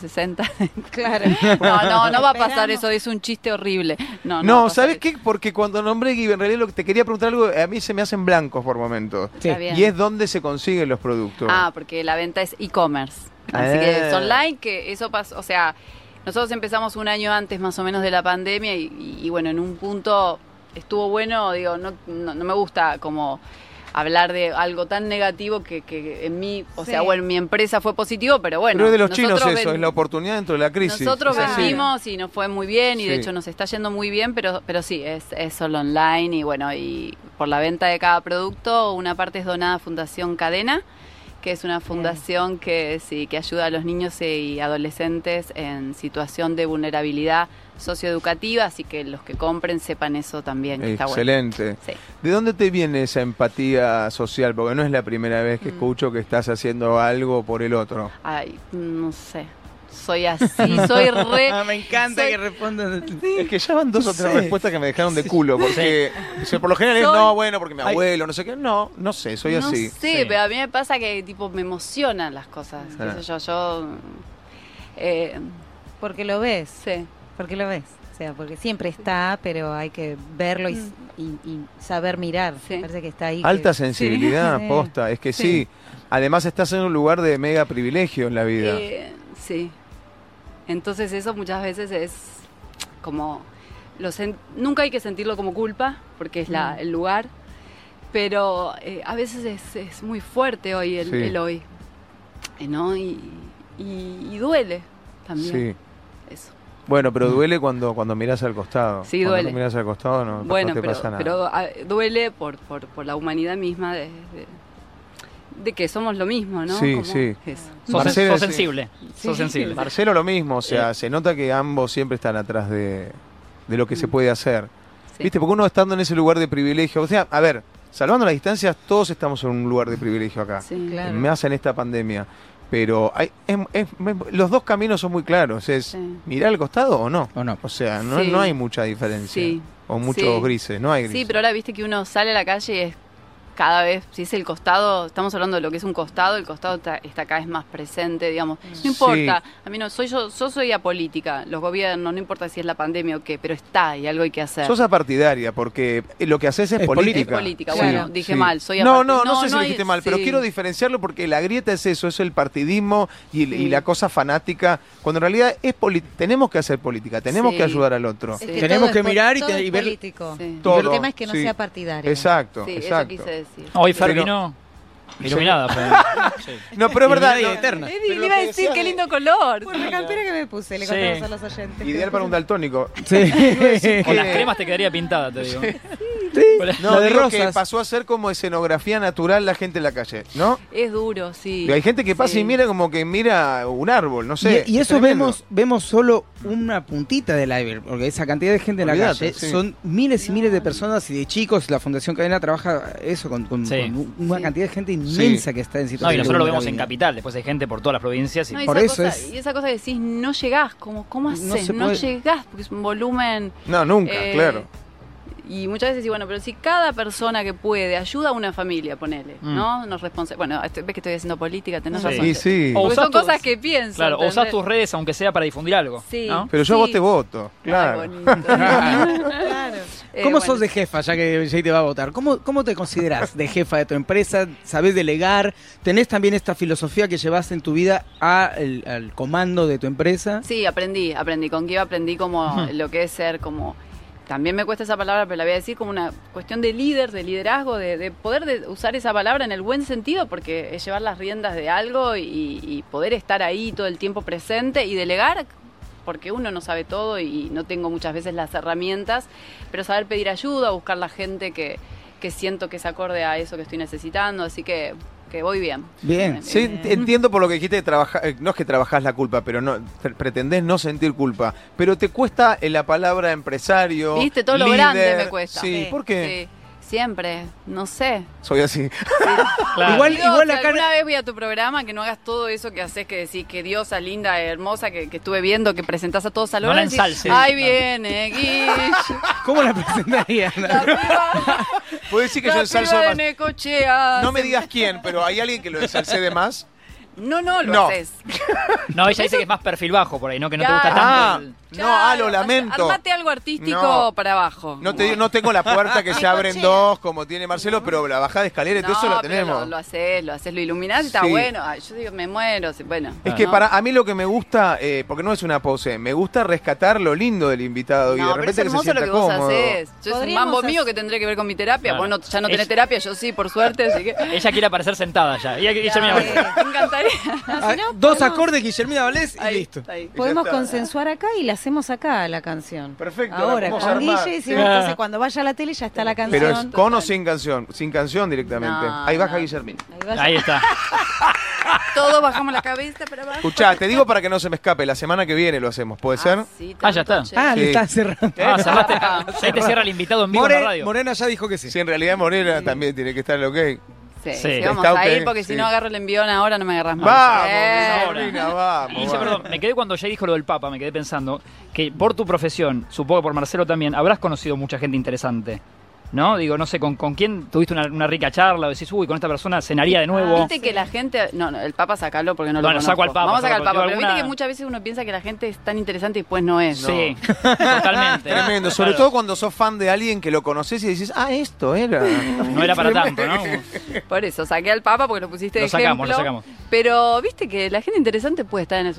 [laughs]
60.
[laughs] Claro.
No, no, no va a pasar
Esperamos.
eso. Es un chiste horrible. No, no. va a
No,
pasar
¿sabes
eso.
qué? Porque cuando nombré Gibb, en realidad lo que te quería preguntar algo, a mí se me hacen blancos por momentos.
Está bien.
Y es donde se consiguen los productos.
Ah, porque la venta es e-commerce. Así que es
Ah.
online, que eso pasó, o sea, nosotros empezamos un año antes más o menos de la pandemia y, y- y bueno, en un punto estuvo bueno, digo, no, no, no me gusta como hablar de algo tan negativo que, que en mí, o
Sí.
sea, bueno, en mi empresa fue positivo, pero bueno.
Pero es de los chinos
nosotros
eso,
ven-
es la oportunidad dentro de la crisis.
Nosotros
Es así.
vendimos y nos fue muy bien y de
Sí.
hecho nos está yendo muy bien, pero, pero sí, es, es solo online y bueno, y por la venta de cada producto, una parte es donada a Fundación Cadena, que es una fundación que sí, que ayuda a los niños y adolescentes en situación de vulnerabilidad socioeducativa, así que los que compren sepan eso también, que está bueno.
Excelente.
Sí.
¿De dónde te viene esa empatía social? Porque no es la primera vez que
Mm.
escucho que estás haciendo algo por el otro.
Ay, no sé. Soy así, soy re.
Ah,
[laughs]
me encanta
soy-
que respondan.
Es que ya van dos o tres
Sí.
respuestas que me dejaron de culo, porque o sea, por lo general es,
Soy-
no, bueno, porque mi
Ay.
abuelo, no sé qué, no, no sé, soy
no
así.
sé,
Sí.
pero a mí me pasa que tipo me emocionan las cosas. qué
Ah.
sé yo, yo eh,
Porque lo ves,
sé.
porque lo ves. O sea, porque siempre está, pero hay que verlo y,
Mm.
y- y saber mirar.
Sí.
Parece que está ahí. que-
Alta sensibilidad,
Sí.
posta, es que sí. Además estás en un lugar de mega privilegio en la vida.
Eh, sí. Entonces eso muchas veces es como lo sen- nunca hay que sentirlo como culpa porque es la,
Mm.
el lugar, pero eh, a veces es, es muy fuerte hoy el,
Sí.
el hoy, eh, ¿no? Y, y- y duele también
sí.
eso.
Bueno, pero duele cuando, cuando miras al costado.
Sí,
Cuando
duele.
no miras al costado no, no
bueno,
te
pero,
pasa nada.
pero, ah, duele por, por, por la humanidad misma de, de- de que somos lo mismo, ¿no?
Sí,
Como
sí.
eso.
Sos, sen-
Marcelo,
sos
sí.
sensible. Sos sensible.
Marcelo lo mismo, o
Eh.
sea, se nota que ambos siempre están atrás de, de lo que se
Mm.
puede hacer.
Sí.
¿Viste? Porque uno estando en ese lugar de privilegio, o sea, a ver, salvando las distancias, todos estamos en un lugar de privilegio acá.
Sí.
Claro.
Me hacen esta pandemia. Pero hay- es- es- es- los dos caminos son muy claros. Es
Sí.
mirar al costado o no.
¿O no?
O sea, no,
Sí.
no hay mucha diferencia.
Sí.
O muchos
Sí.
grises, no hay grises.
Sí, pero ahora viste que uno sale a la calle y es cada vez, si es el costado, estamos hablando de lo que es un costado, el costado está, está cada vez más presente, digamos. No importa, a mí no, soy yo, yo soy apolítica, los gobiernos, no importa si es la pandemia o qué, pero está y algo hay que hacer.
Sos apartidaria porque lo que haces es,
Es
es
política.
política,
Sí,
bueno, dije
sí.
mal, soy
No,
aparti-
no, no, sé si lo
hay-
dijiste mal, pero
sí.
quiero diferenciarlo porque la grieta es eso, es el partidismo y, el- y
Sí.
la cosa fanática, cuando en realidad es poli- tenemos que hacer política, tenemos
Sí.
que ayudar al otro.
Es
Sí.
Tenemos
todo
que
es po-
mirar y
todo
te-
es
y ver-
político.
Sí.
Todo,
el tema es que no
sí.
sea partidario.
Exacto,
Sí, eso
exacto.
quise decir.
Hoy Fer
Pero-
vino iluminada.
[laughs]
Fer. Sí.
No, pero es verdad,
Iluminada y
no,
eterna.
Eh, Le iba a decir qué lindo color.
Por la campera que me puse, le
Sí.
contamos a los oyentes.
ideal para un daltónico.
Sí.
Con las
Eh,
cremas te quedaría pintada, te digo. Con la-
[laughs] No,
La de
digo que
rosas.
pasó a ser como escenografía natural la gente en la calle, ¿no?
Es duro, sí.
Y hay gente que pasa
Sí.
y mira como que mira un árbol, no sé.
y, y
es
eso
tremendo.
vemos vemos solo una puntita del iceberg, porque esa cantidad de gente en la
Olvídate,
calle
sí.
son miles y
No.
miles de personas y de chicos. La Fundación Cadena trabaja eso con, con-
Sí.
con un- una
Sí.
cantidad de gente inmensa que está en situación
No, y
de
nosotros lo vemos en
vulnerabilidad.
Capital. Después hay gente por todas las provincias. y-
No, y,
Por
esa
eso
cosa,
es-
y esa cosa que decís, no llegás, como, ¿cómo
No
haces?
se
No,
puede.
llegás, porque es un volumen.
No, nunca,
eh,
claro.
Y muchas veces, y bueno, pero si cada persona que puede ayuda a una familia, ponele,
Mm.
¿no? Nos responsa Bueno, esto- ves que estoy haciendo política, tenés
Sí.
razón.
Y sí.
O
Porque
usás
son
tus-
cosas que pienso.
Claro, o usás
¿entendés?
tus redes, aunque sea para difundir algo.
Sí. [laughs]
¿no?
Pero yo a vos
sí.
te voto,
Ay,
claro. [laughs]
bonito.
[laughs]
[laughs]
Claro.
Eh,
¿Cómo
bueno,
sos de jefa, ya que Jay te va a votar? ¿Cómo, ¿Cómo te consideras de jefa de tu empresa? ¿Sabés delegar? ¿Tenés también esta filosofía que llevas en tu vida a el- al comando de tu empresa?
Sí, aprendí, aprendí. Con Kiva aprendí como
Ujú.
lo que es ser como... También me cuesta esa palabra, pero la voy a decir como una cuestión de líder, de liderazgo, de, de poder de- usar esa palabra en el buen sentido, porque es llevar las riendas de algo y, y poder estar ahí todo el tiempo presente y delegar, porque uno no sabe todo y no tengo muchas veces las herramientas, pero saber pedir ayuda, buscar la gente que, que siento que se acorde a eso que estoy necesitando, así que, que voy bien.
Bien.
Sí,
bien.
ent- entiendo por lo que dijiste, que trabaja- eh, no es que trabajás la culpa, pero no pre- pretendés no sentir culpa. Pero te cuesta eh, la palabra empresario.
Viste, todo lo grande me cuesta.
Sí,
Sí.
¿por qué?
Sí. Siempre, no sé.
Soy así.
Claro.
Igual-
Dios,
acá-
alguna vez voy a tu programa que no hagas todo eso que haces, que decís que diosa linda, hermosa, que, que estuve viendo, que presentás a todos a
No
Lola.
la
y decís,
ensalces.
Ahí
Claro.
viene,
[laughs]
Guille.
¿Cómo la presentaría?
La piba,
Puedo decir que yo
la
ensalzo
piba de
más.
Necochea.
No me
Se-
digas quién, pero hay alguien que lo ensalcé de más.
No, no, lo
No.
haces.
No, ella dice que es más perfil bajo por ahí, ¿no? Que no te
Ya.
gusta
Ah,
tanto. el-
no, ah, lo
Claro,
lamento.
Armate algo artístico
No.
para abajo.
No, te, no tengo la puerta
[laughs]
que se abre en dos como tiene Marcelo, pero la bajada de escalera y todo eso
No,
lo
pero
tenemos.
Lo, lo haces, lo haces, lo iluminás y está
Sí.
bueno. Ay, yo digo, me muero. sí, Bueno.
Es que
Ah, ¿no?
para a mí lo que me gusta, eh, porque no es una pose, me gusta rescatar lo lindo del invitado y
No,
de
pero es
repente que se
hermoso lo
sienta
que vos
cómodo.
haces. Yo es un
Podríamos
mambo
hacer-
mío que tendré que ver con mi terapia.
Claro.
Vos no, ya no
Es-
tenés terapia, yo sí, por suerte, así que.
Ella quiere aparecer sentada ya. Y ella- ella
Ya,
mira,
eh.
Me
[laughs]
encantaría.
Ah, Dos acordes, Guillermina Valés y
Ahí,
listo.
ahí.
Podemos
Ya está.
consensuar acá y la hacemos acá la canción.
Perfecto, la
Ahora,
podemos
con
armar.
DJ,
Sí.
entonces cuando vaya a la tele ya está la canción.
Pero es con o
Total.
sin canción, sin canción directamente.
No,
Ahí baja
no.
Guillermín.
Ahí vaya.
[laughs]
ahí está.
Todos bajamos la cabeza para abajo.
Escuchá, te digo para que no se me escape, la semana que viene lo hacemos, ¿puede ser?
Ah, sí,
Ah, ya
tanto,
está.
che.
Ah,
Sí.
le está cerrando.
Ah, cerraste.
Ah.
Ahí te cierra el invitado en vivo en la
More-
radio.
Morena ya dijo que sí.
Si en realidad Morena también tiene que estar en el ok.
Sí,
Sí.
sí, vamos
Está
a ir
ok,
porque
sí.
si no agarro el envión ahora no me agarras más.
Vamos,
Eh,
ahora.
Morena, vamos.
Guille,
vamos.
perdón, me quedé cuando ya dijo lo del Papa, me quedé pensando que por tu profesión, supongo que por Marcelo también, habrás conocido mucha gente interesante. ¿No? Digo, no sé, ¿con, con quién tuviste una, una rica charla? O decís, uy, con esta persona cenaría de nuevo.
Ah, Viste que la gente. No, no, el Papa sacalo porque no lo
Bueno,
conozco.
saco al Papa,
Vamos a
saco
sacar
al
al Papa.
Papa.
Pero
Alguna-
viste que muchas veces uno piensa que la gente es tan interesante y después no es.
Sí,
[laughs]
totalmente.
Tremendo, sobre
Claro,
todo cuando sos fan de alguien que lo conoces y decís, ah, esto
[laughs]
era.
No era para tanto, ¿no?
Por eso, saqué al Papa porque lo pusiste de
Lo sacamos,
ejemplo.
lo sacamos.
Pero viste que la gente interesante puede estar en el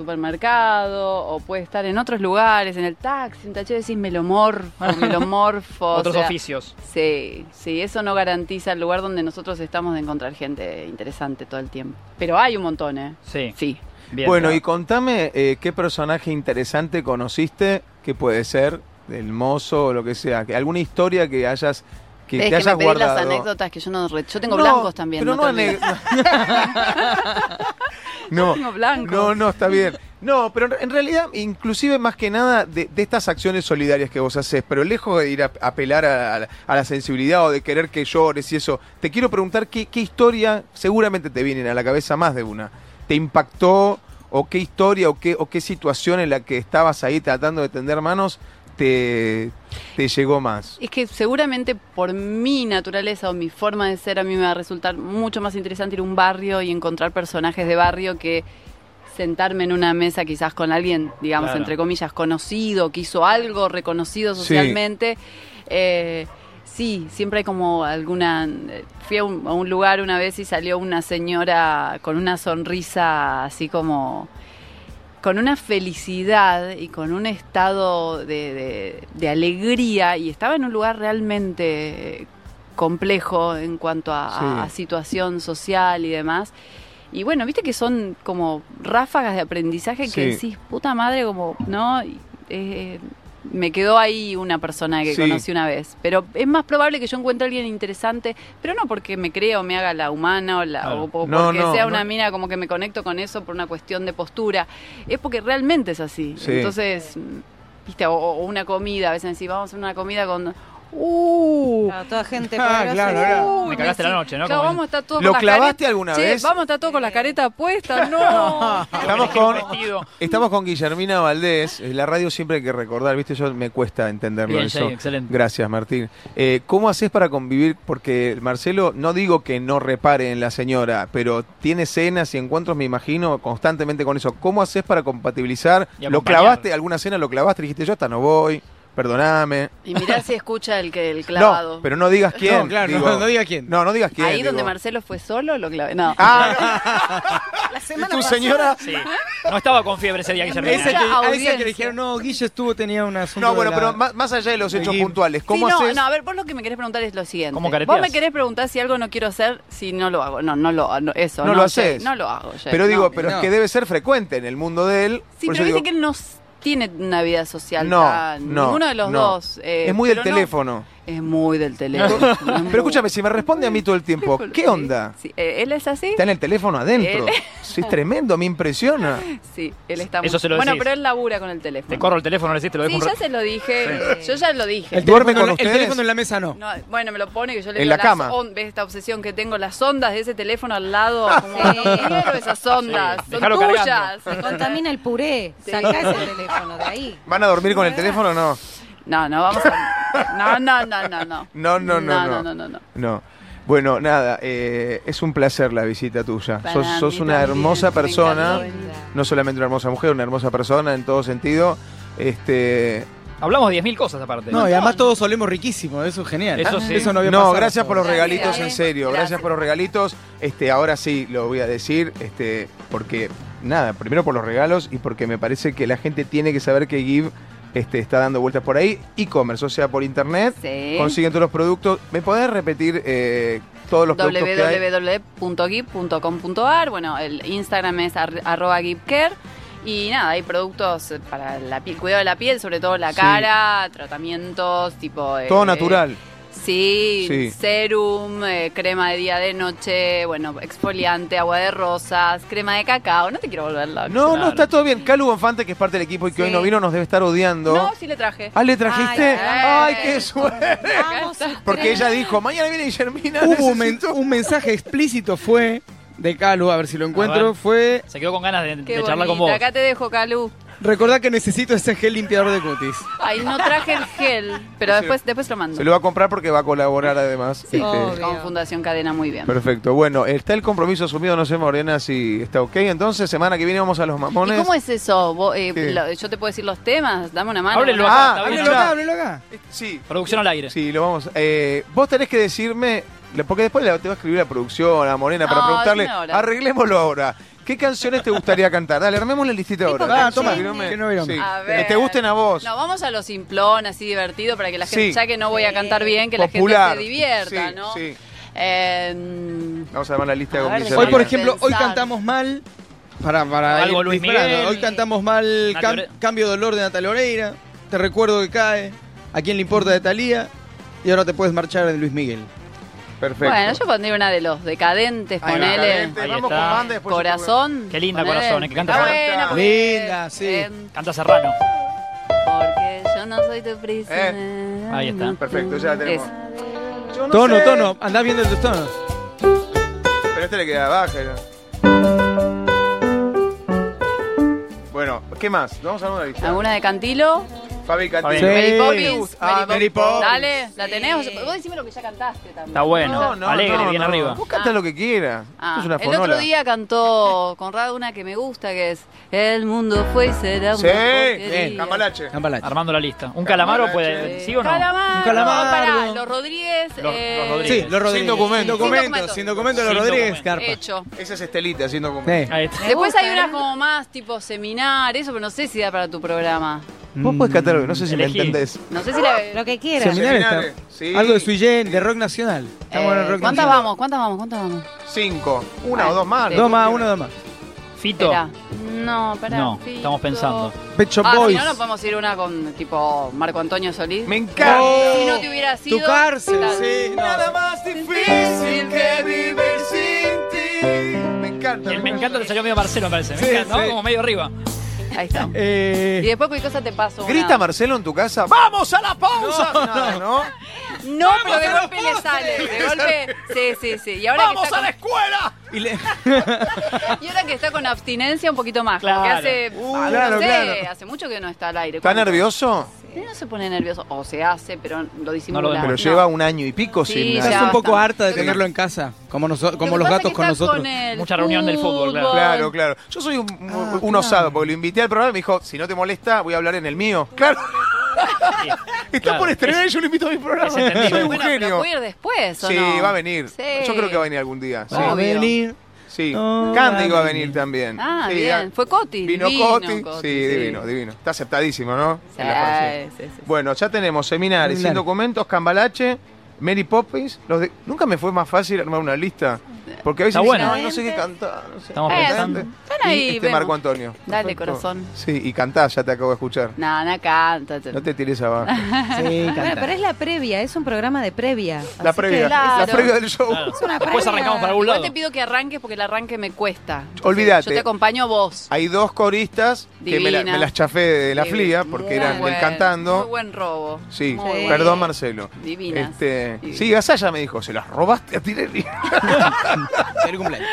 supermercado o puede estar en otros lugares, en el taxi, en taché, decís me lo morfo,
[laughs]
me lo morfo. o
Otros
sea,
oficios.
Sí, sí, eso no garantiza el lugar donde nosotros estamos de encontrar gente interesante todo el tiempo. Pero hay un montón, ¿eh?
Sí.
Sí.
bien,
bueno,
claro.
y contame eh, qué personaje interesante conociste, que puede ser, del mozo o lo que sea, que alguna historia que hayas que
es
te
que
hayas
me pedís
guardado.
las anécdotas que yo no... re- Yo tengo
No,
blancos también.
Pero no,
no te olvides.
anécdotas. [laughs] No,
[laughs] tengo blancos.
no, no, está bien. No, pero en realidad, inclusive más que nada de, de estas acciones solidarias que vos haces, pero lejos de ir a a apelar a, a la- a la sensibilidad o de querer que llores y eso, te quiero preguntar qué, qué historia, seguramente te vienen a la cabeza más de una, te impactó o qué historia o qué, o qué situación en la que estabas ahí tratando de tender manos te, te llegó más.
Es que seguramente por mi naturaleza o mi forma de ser a mí me va a resultar mucho más interesante ir a un barrio y encontrar personajes de barrio que sentarme en una mesa quizás con alguien, digamos,
Claro.
entre comillas, conocido, que hizo algo reconocido
Sí.
socialmente. Eh, sí, siempre hay como alguna... eh, Fui a un, a un lugar una vez y salió una señora con una sonrisa así como con una felicidad y con un estado de, de- de alegría y estaba en un lugar realmente eh, complejo en cuanto a, a-
Sí.
a situación social y demás. Y bueno, viste que son como ráfagas de aprendizaje
Sí.
que decís, puta madre, como, ¿no? Y, eh, me quedó ahí una persona que
Sí.
conocí una vez. Pero es más probable que yo encuentre a alguien interesante, pero no porque me crea o me haga la humana o, la,
Claro.
o po-
No,
porque
no,
sea
no.
una mina como que me conecto con eso por una cuestión de postura. Es porque realmente es así.
Sí.
Entonces, mm, viste, o, o una comida, a veces decís, vamos a hacer una comida con... ¡Uh!
Claro, toda gente
Ah,
poderosa.
claro,
Uy,
claro.
Uy,
Me cagaste
decís,
la noche, ¿no?
claro,
Como-
vamos a estar todos
¿Lo
con las
clavaste
caretas-
alguna
Che,
vez?
Vamos a estar todos con la careta
[laughs]
puesta, no.
Estamos
Elegí un
con-
vestido.
Estamos con Guillermina Valdés. Eh, La radio siempre hay que recordar, ¿viste? Yo me cuesta entenderlo
Bien,
eso.
Jay, excelente.
Gracias, Martín. Eh, ¿Cómo haces para convivir? Porque Marcelo, no digo que no repare en la señora, pero tiene cenas y encuentros, me imagino, constantemente con eso. ¿Cómo haces para compatibilizar?
Y
¿Lo
acompañar.
clavaste? ¿Alguna cena lo clavaste? Dijiste, yo hasta no voy, perdoname.
Y mirá si escucha el que el clavado.
No, pero no digas quién.
No, claro,
digo.
no, no diga quién.
No, no digas quién.
Ahí
digo.
donde Marcelo fue solo, lo clavé. No.
Ah,
[laughs]
La
¿y
semana
tu
pasada-
señora?
Sí. No estaba con fiebre ese día, Guillermina.
Esa que,
Mucha
a esa que
audiencia.
le dijeron, no, Guille estuvo, tenía un asunto.
No, bueno,
de la-
pero más, más allá de los
del
hechos
gym.
puntuales, ¿cómo
Sí, no,
haces?
no, a ver, vos lo que me querés preguntar es lo siguiente.
¿Cómo careteás?
vos me querés preguntar si algo no quiero hacer, si no lo hago. No, no lo no, eso.
No lo
Jay,
haces.
No lo hago, Jay,
Pero
no.
digo, pero es
no.
que debe ser frecuente en el mundo de él.
Sí,
por
pero
eso digo,
viste que él no s- tiene una vida social
No,
tan-
no,
ninguno de los
no.
dos. eh,
es muy del
pero no-
teléfono.
Es muy del teléfono. es muy-
[laughs] Pero escúchame, si me responde a mí todo el tiempo, ¿qué
Sí,
onda?
sí. Eh, ¿Él es así?
Está en el teléfono adentro.
Él-
Sí, es tremendo, me impresiona.
Sí, él está
Eso
muy-
se lo
Bueno,
decís.
pero él labura con el teléfono.
Te corro el teléfono, lo hiciste, lo dejo
Sí,
un
ya
ra-
se lo dije. Yo ya lo dije.
El
¿Duerme
teléfono-
con
El
ustedes?
teléfono en la mesa no.
No, bueno, me lo pone que yo le
En la
veo las
cama.
on- ¿Ves esta obsesión que tengo? Las ondas de ese teléfono al lado.
Ah,
Como, no quiero esas ondas.
Sí,
Son
dejalo
tuyas.
cargando.
¿entendés?
Contamina el puré. Sacá ese teléfono de ahí.
¿Van a dormir con el teléfono o no?
No, no, vamos a... No, no, no, no, no.
No, no, no, no.
No, no, no, no.
No. Bueno, nada, eh, es un placer la visita tuya.
Para
Sos,
mí
sos una
también,
hermosa
me
persona,
encantó.
no solamente una hermosa mujer, una hermosa persona en todo sentido. Este,
Hablamos de 10.000 cosas aparte.
No, y además todos solemos riquísimo, eso es genial.
Eso sí.
no había
no,
pasado.
gracias por los
Gracias.
regalitos, en serio, gracias.
Gracias.
por los regalitos. Este, ahora sí lo voy a decir, este, porque nada, primero por los regalos y porque me parece que la gente tiene que saber que Give este, está dando vueltas por ahí, e-commerce, o sea, por internet,
Sí.
consiguen todos los productos. ¿Me podés repetir eh, todos los productos que hay?
www.gip.com.ar. Bueno, el Instagram es ar- arroba gipcare. Y nada, hay productos eh, para la piel, cuidado de la piel, sobre todo la
Sí.
cara, tratamientos tipo... eh,
Todo natural.
Sí,
Sí.
serum, eh, crema de día de noche, bueno, exfoliante, agua de rosas, crema de cacao. No te quiero volver loca.
No, no,
Claro.
está todo bien. Calu Bonfante, que es parte del equipo y que
Sí.
hoy no vino, nos debe estar odiando.
No, sí le traje.
Ah, ¿le trajiste?
Ay,
Ay,
ay.
qué suerte.
Vamos a
Porque
creer.
ella dijo, mañana viene Guillermina.
Hubo un, men-
necesito-
un mensaje explícito fue de Calu, a ver si lo encuentro,
ver.
fue
Se quedó con ganas de,
Qué
de charlar con
bonita,
vos.
Acá te dejo, Calu.
recordá que necesito ese gel limpiador de cutis.
Ay, no traje el gel,
[laughs]
pero
Se-
después, después lo mando.
Se lo va a comprar porque va a colaborar además. Este,
Sí,
Obvio.
con Fundación Cadena muy bien.
Perfecto. Bueno, está el compromiso asumido, no sé, Morena, si está ok. Entonces, semana que viene vamos a los mamones.
¿Y cómo es eso? Vos, eh,
¿Qué?
lo- yo te puedo decir los temas, dame una mano.
Ábrelo
¿no?
acá,
Ah,
está bien,
Ábrelo
¿no?
acá, ábrelo acá.
Sí,
Producción al aire.
sí, lo vamos. eh, vos tenés que decirme, porque después la- te va a escribir la producción, a Morena, para
No,
preguntarle,
dime ahora.
arreglémoslo ahora. ¿Qué canciones te gustaría cantar? Dale, armemos la listita ahora.
Ah, toma,
Escribime-
que no vieron.
sí.
A
Que te gusten a vos.
No, vamos a lo simplón, así divertido, para que la
Sí.
gente, ya que no voy a cantar bien, que la
Popular.
gente se divierta,
Sí,
¿no?
sí.
Eh,
Vamos a ver la lista
A
con
ver,
mis
de
Hoy, por
hermanos.
Pensar.
ejemplo, hoy cantamos mal. Para, para
Algo
ir
Luis
disparando.
Miguel.
Hoy cantamos mal
Nati
Cam-
Ore-
Cambio de Dolor de Natalia Oreira. Te recuerdo que cae. A quién le importa de Talía. Y ahora te puedes marchar de Luis Miguel.
Perfecto.
bueno, yo pondría una de los decadentes,
Ahí va.
ponele.
Excelente,
Ahí
Vamos
está.
con banda después.
Corazón.
Qué linda
ponele.
Corazón, eh, que canta
Está
Serrano.
buena, porque-
Linda, sí.
eh,
Canta Serrano.
Porque yo no soy tu prisionera.
ahí está.
Eh. Perfecto, ya la tenemos.
Es-
Yo no
Tono,
sé.
tono. Andás viendo tus tonos.
Pero este le queda baja. ya. Bueno, ¿qué más? Vamos a una lista.
¿Alguna de Cantilo?
Fabi Cantino.
Sí.
Mary
Eh, Me
Poppins.
gusta. Ah, Mary Poppins.
Dale, la tenemos. Vos decime lo que ya cantaste también.
Está bueno. Alegre, bien arriba.
Vos cantás lo que quieras. Esto
Ah,
es una
el otro
fonola.
día cantó Conrado una que me gusta, que es El mundo fue y será
Sí,
una porquería.
bien, Cambalache.
Cambalache.
Armando la lista. ¿Un calamaro
Cambalache.
puede. ¿Sí o no?
Calamardo,
Un calamardo.
pará, los Rodríguez.
Los-
eh,
los Rodríguez.
Sí, los Rodríguez.
documento.
Sin documento,
Sin
sin documento los
Sin
Rodríguez,
documento.
Carpa.
Hecho.
Esa es Estelita haciendo como.
Sí.
Ahí está.
Después hay
gusta,
unas
¿eh?
como más tipo seminar, eso, pero no sé si da para tu programa.
Vos podés cantar, no sé si
Elegí.
me entendés.
No sé si la.
Lo que
Mm,
quieras.
Seminario
Seminario,
está.
sí.
Algo de sui gen, de rock nacional. Estamos en el
Eh,
rock
¿Cuántas
nacional.
vamos? ¿Cuántas vamos? ¿Cuántas vamos?
Cinco. Una
Ah,
o dos más.
sí.
¿no?
Dos más, uno, dos más.
Fito.
Espera. No, pará.
No,
Fito.
estamos pensando.
Pet Shop
Ah, si
Boys.
no, no podemos ir una con tipo Marco Antonio Solís.
Me encanta.
Oh.
Si no te hubiera sido.
Tu cárcel,
la-
sí.
Nada más difícil que vivir sin ti. Me encanta.
El me encanta te salió medio Marcelo, me parece. Me
Sí,
encanta, ¿no?
sí.
Como
[laughs]
medio arriba.
Ahí está.
Eh,
Y después cualquier cosa te paso. una-
Grita Marcelo en tu casa. ¡Vamos a la pausa! Nada, ¿no?
No, pero de golpe le sale. De golpe. Sí, sí, sí. Y ahora, que
¡Vamos
está
a la
con,
escuela!
y le-
[laughs] y ahora que está con abstinencia un poquito más.
Claro.
Que hace.
Uh,
no
claro,
sé,
claro.
hace mucho que no está al aire.
¿Está
¿Cuánto?
nervioso?
No se pone nervioso. O se hace, pero lo disimula.
No lo vemos.
Pero
No.
lleva un año y pico
Sí,
sin.
ya.
Estás un poco
está.
harta de
Lo que
tenerlo en casa, como, noso-
Lo
como
que
los
pasa es
gatos
que
con
está
nosotros.
con el
Mucha reunión del fútbol, claro.
Claro, claro. Yo soy un, un- un osado, porque lo invité al programa y me dijo, si no te molesta, voy a hablar en el mío. Claro, [laughs]
Sí.
está
Claro.
por estrenar y yo lo invito a mi programa.
es entendible.
Soy un
Bueno, pero
genio.
puede ir después, ¿o
Sí,
no?
va a venir.
Sí.
Yo creo que va a venir algún día. Sí,
Va a
Obvio. [laughs]
venir.
sí.
No,
Candy va a
va a
venir
venir.
también.
Ah,
Sí,
bien.
ya-
Fue Coti.
Vino Coti. Sí,
sí.
divino, divino. Está aceptadísimo, ¿no?
Sí,
En la franquicia.
sí, sí.
Bueno, ya tenemos seminarios, sin
Seminario.
documentos, Cambalache, Mary Poppins. Los de- Nunca me fue más fácil armar una lista. Porque a veces
Está
dicen,
bueno.
"Ay, no sé qué cantar. No sé.
Estamos
qué
pensando.
cantar".
Están
Y
ahí,
este
vemos.
Marco Antonio.
Dale, corazón.
Sí, y cantás, ya te acabo de escuchar.
Nada, nada, canta.
No te tires
[laughs]
abajo.
Sí,
Bueno, pero
canta.
es la previa, es un programa de previa.
La
así que
previa. La
claro.
previa del show.
Claro.
Es una
Después
previa.
arrancamos para algún
Igual te
lado.
pido que arranques porque el arranque me cuesta.
Olvídate.
Yo te acompaño a vos.
Hay dos coristas que me, la-
Divina.
me las chafé de la
Sí,
flía porque
muy
eran
buen-
del cantando.
Muy buen robo.
Sí,
Muy
Sí.
buen.
perdón Marcelo.
Divinas.
Este,
Divinas.
sí, Gasalla me dijo, se las robaste a Tinelli.
Feliz cumpleaños.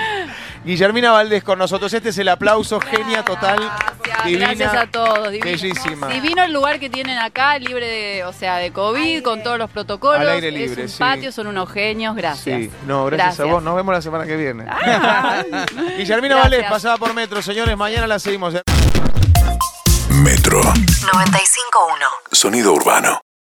Guillermina Valdés con nosotros, este es el aplauso, genia total.
Gracias,
divina.
gracias a todos. divina.
bellísima.
Divino el lugar que tienen acá, libre de, o sea, de COVID, con todos los protocolos.
Al aire
es
libre,
un
sí.
patio, son unos genios, gracias.
Sí, no, gracias, a vos, nos vemos la semana que viene. [laughs] Guillermina
Gracias.
Valdés, pasada por Metro, señores, mañana la seguimos.
Metro.
951.
Sonido urbano.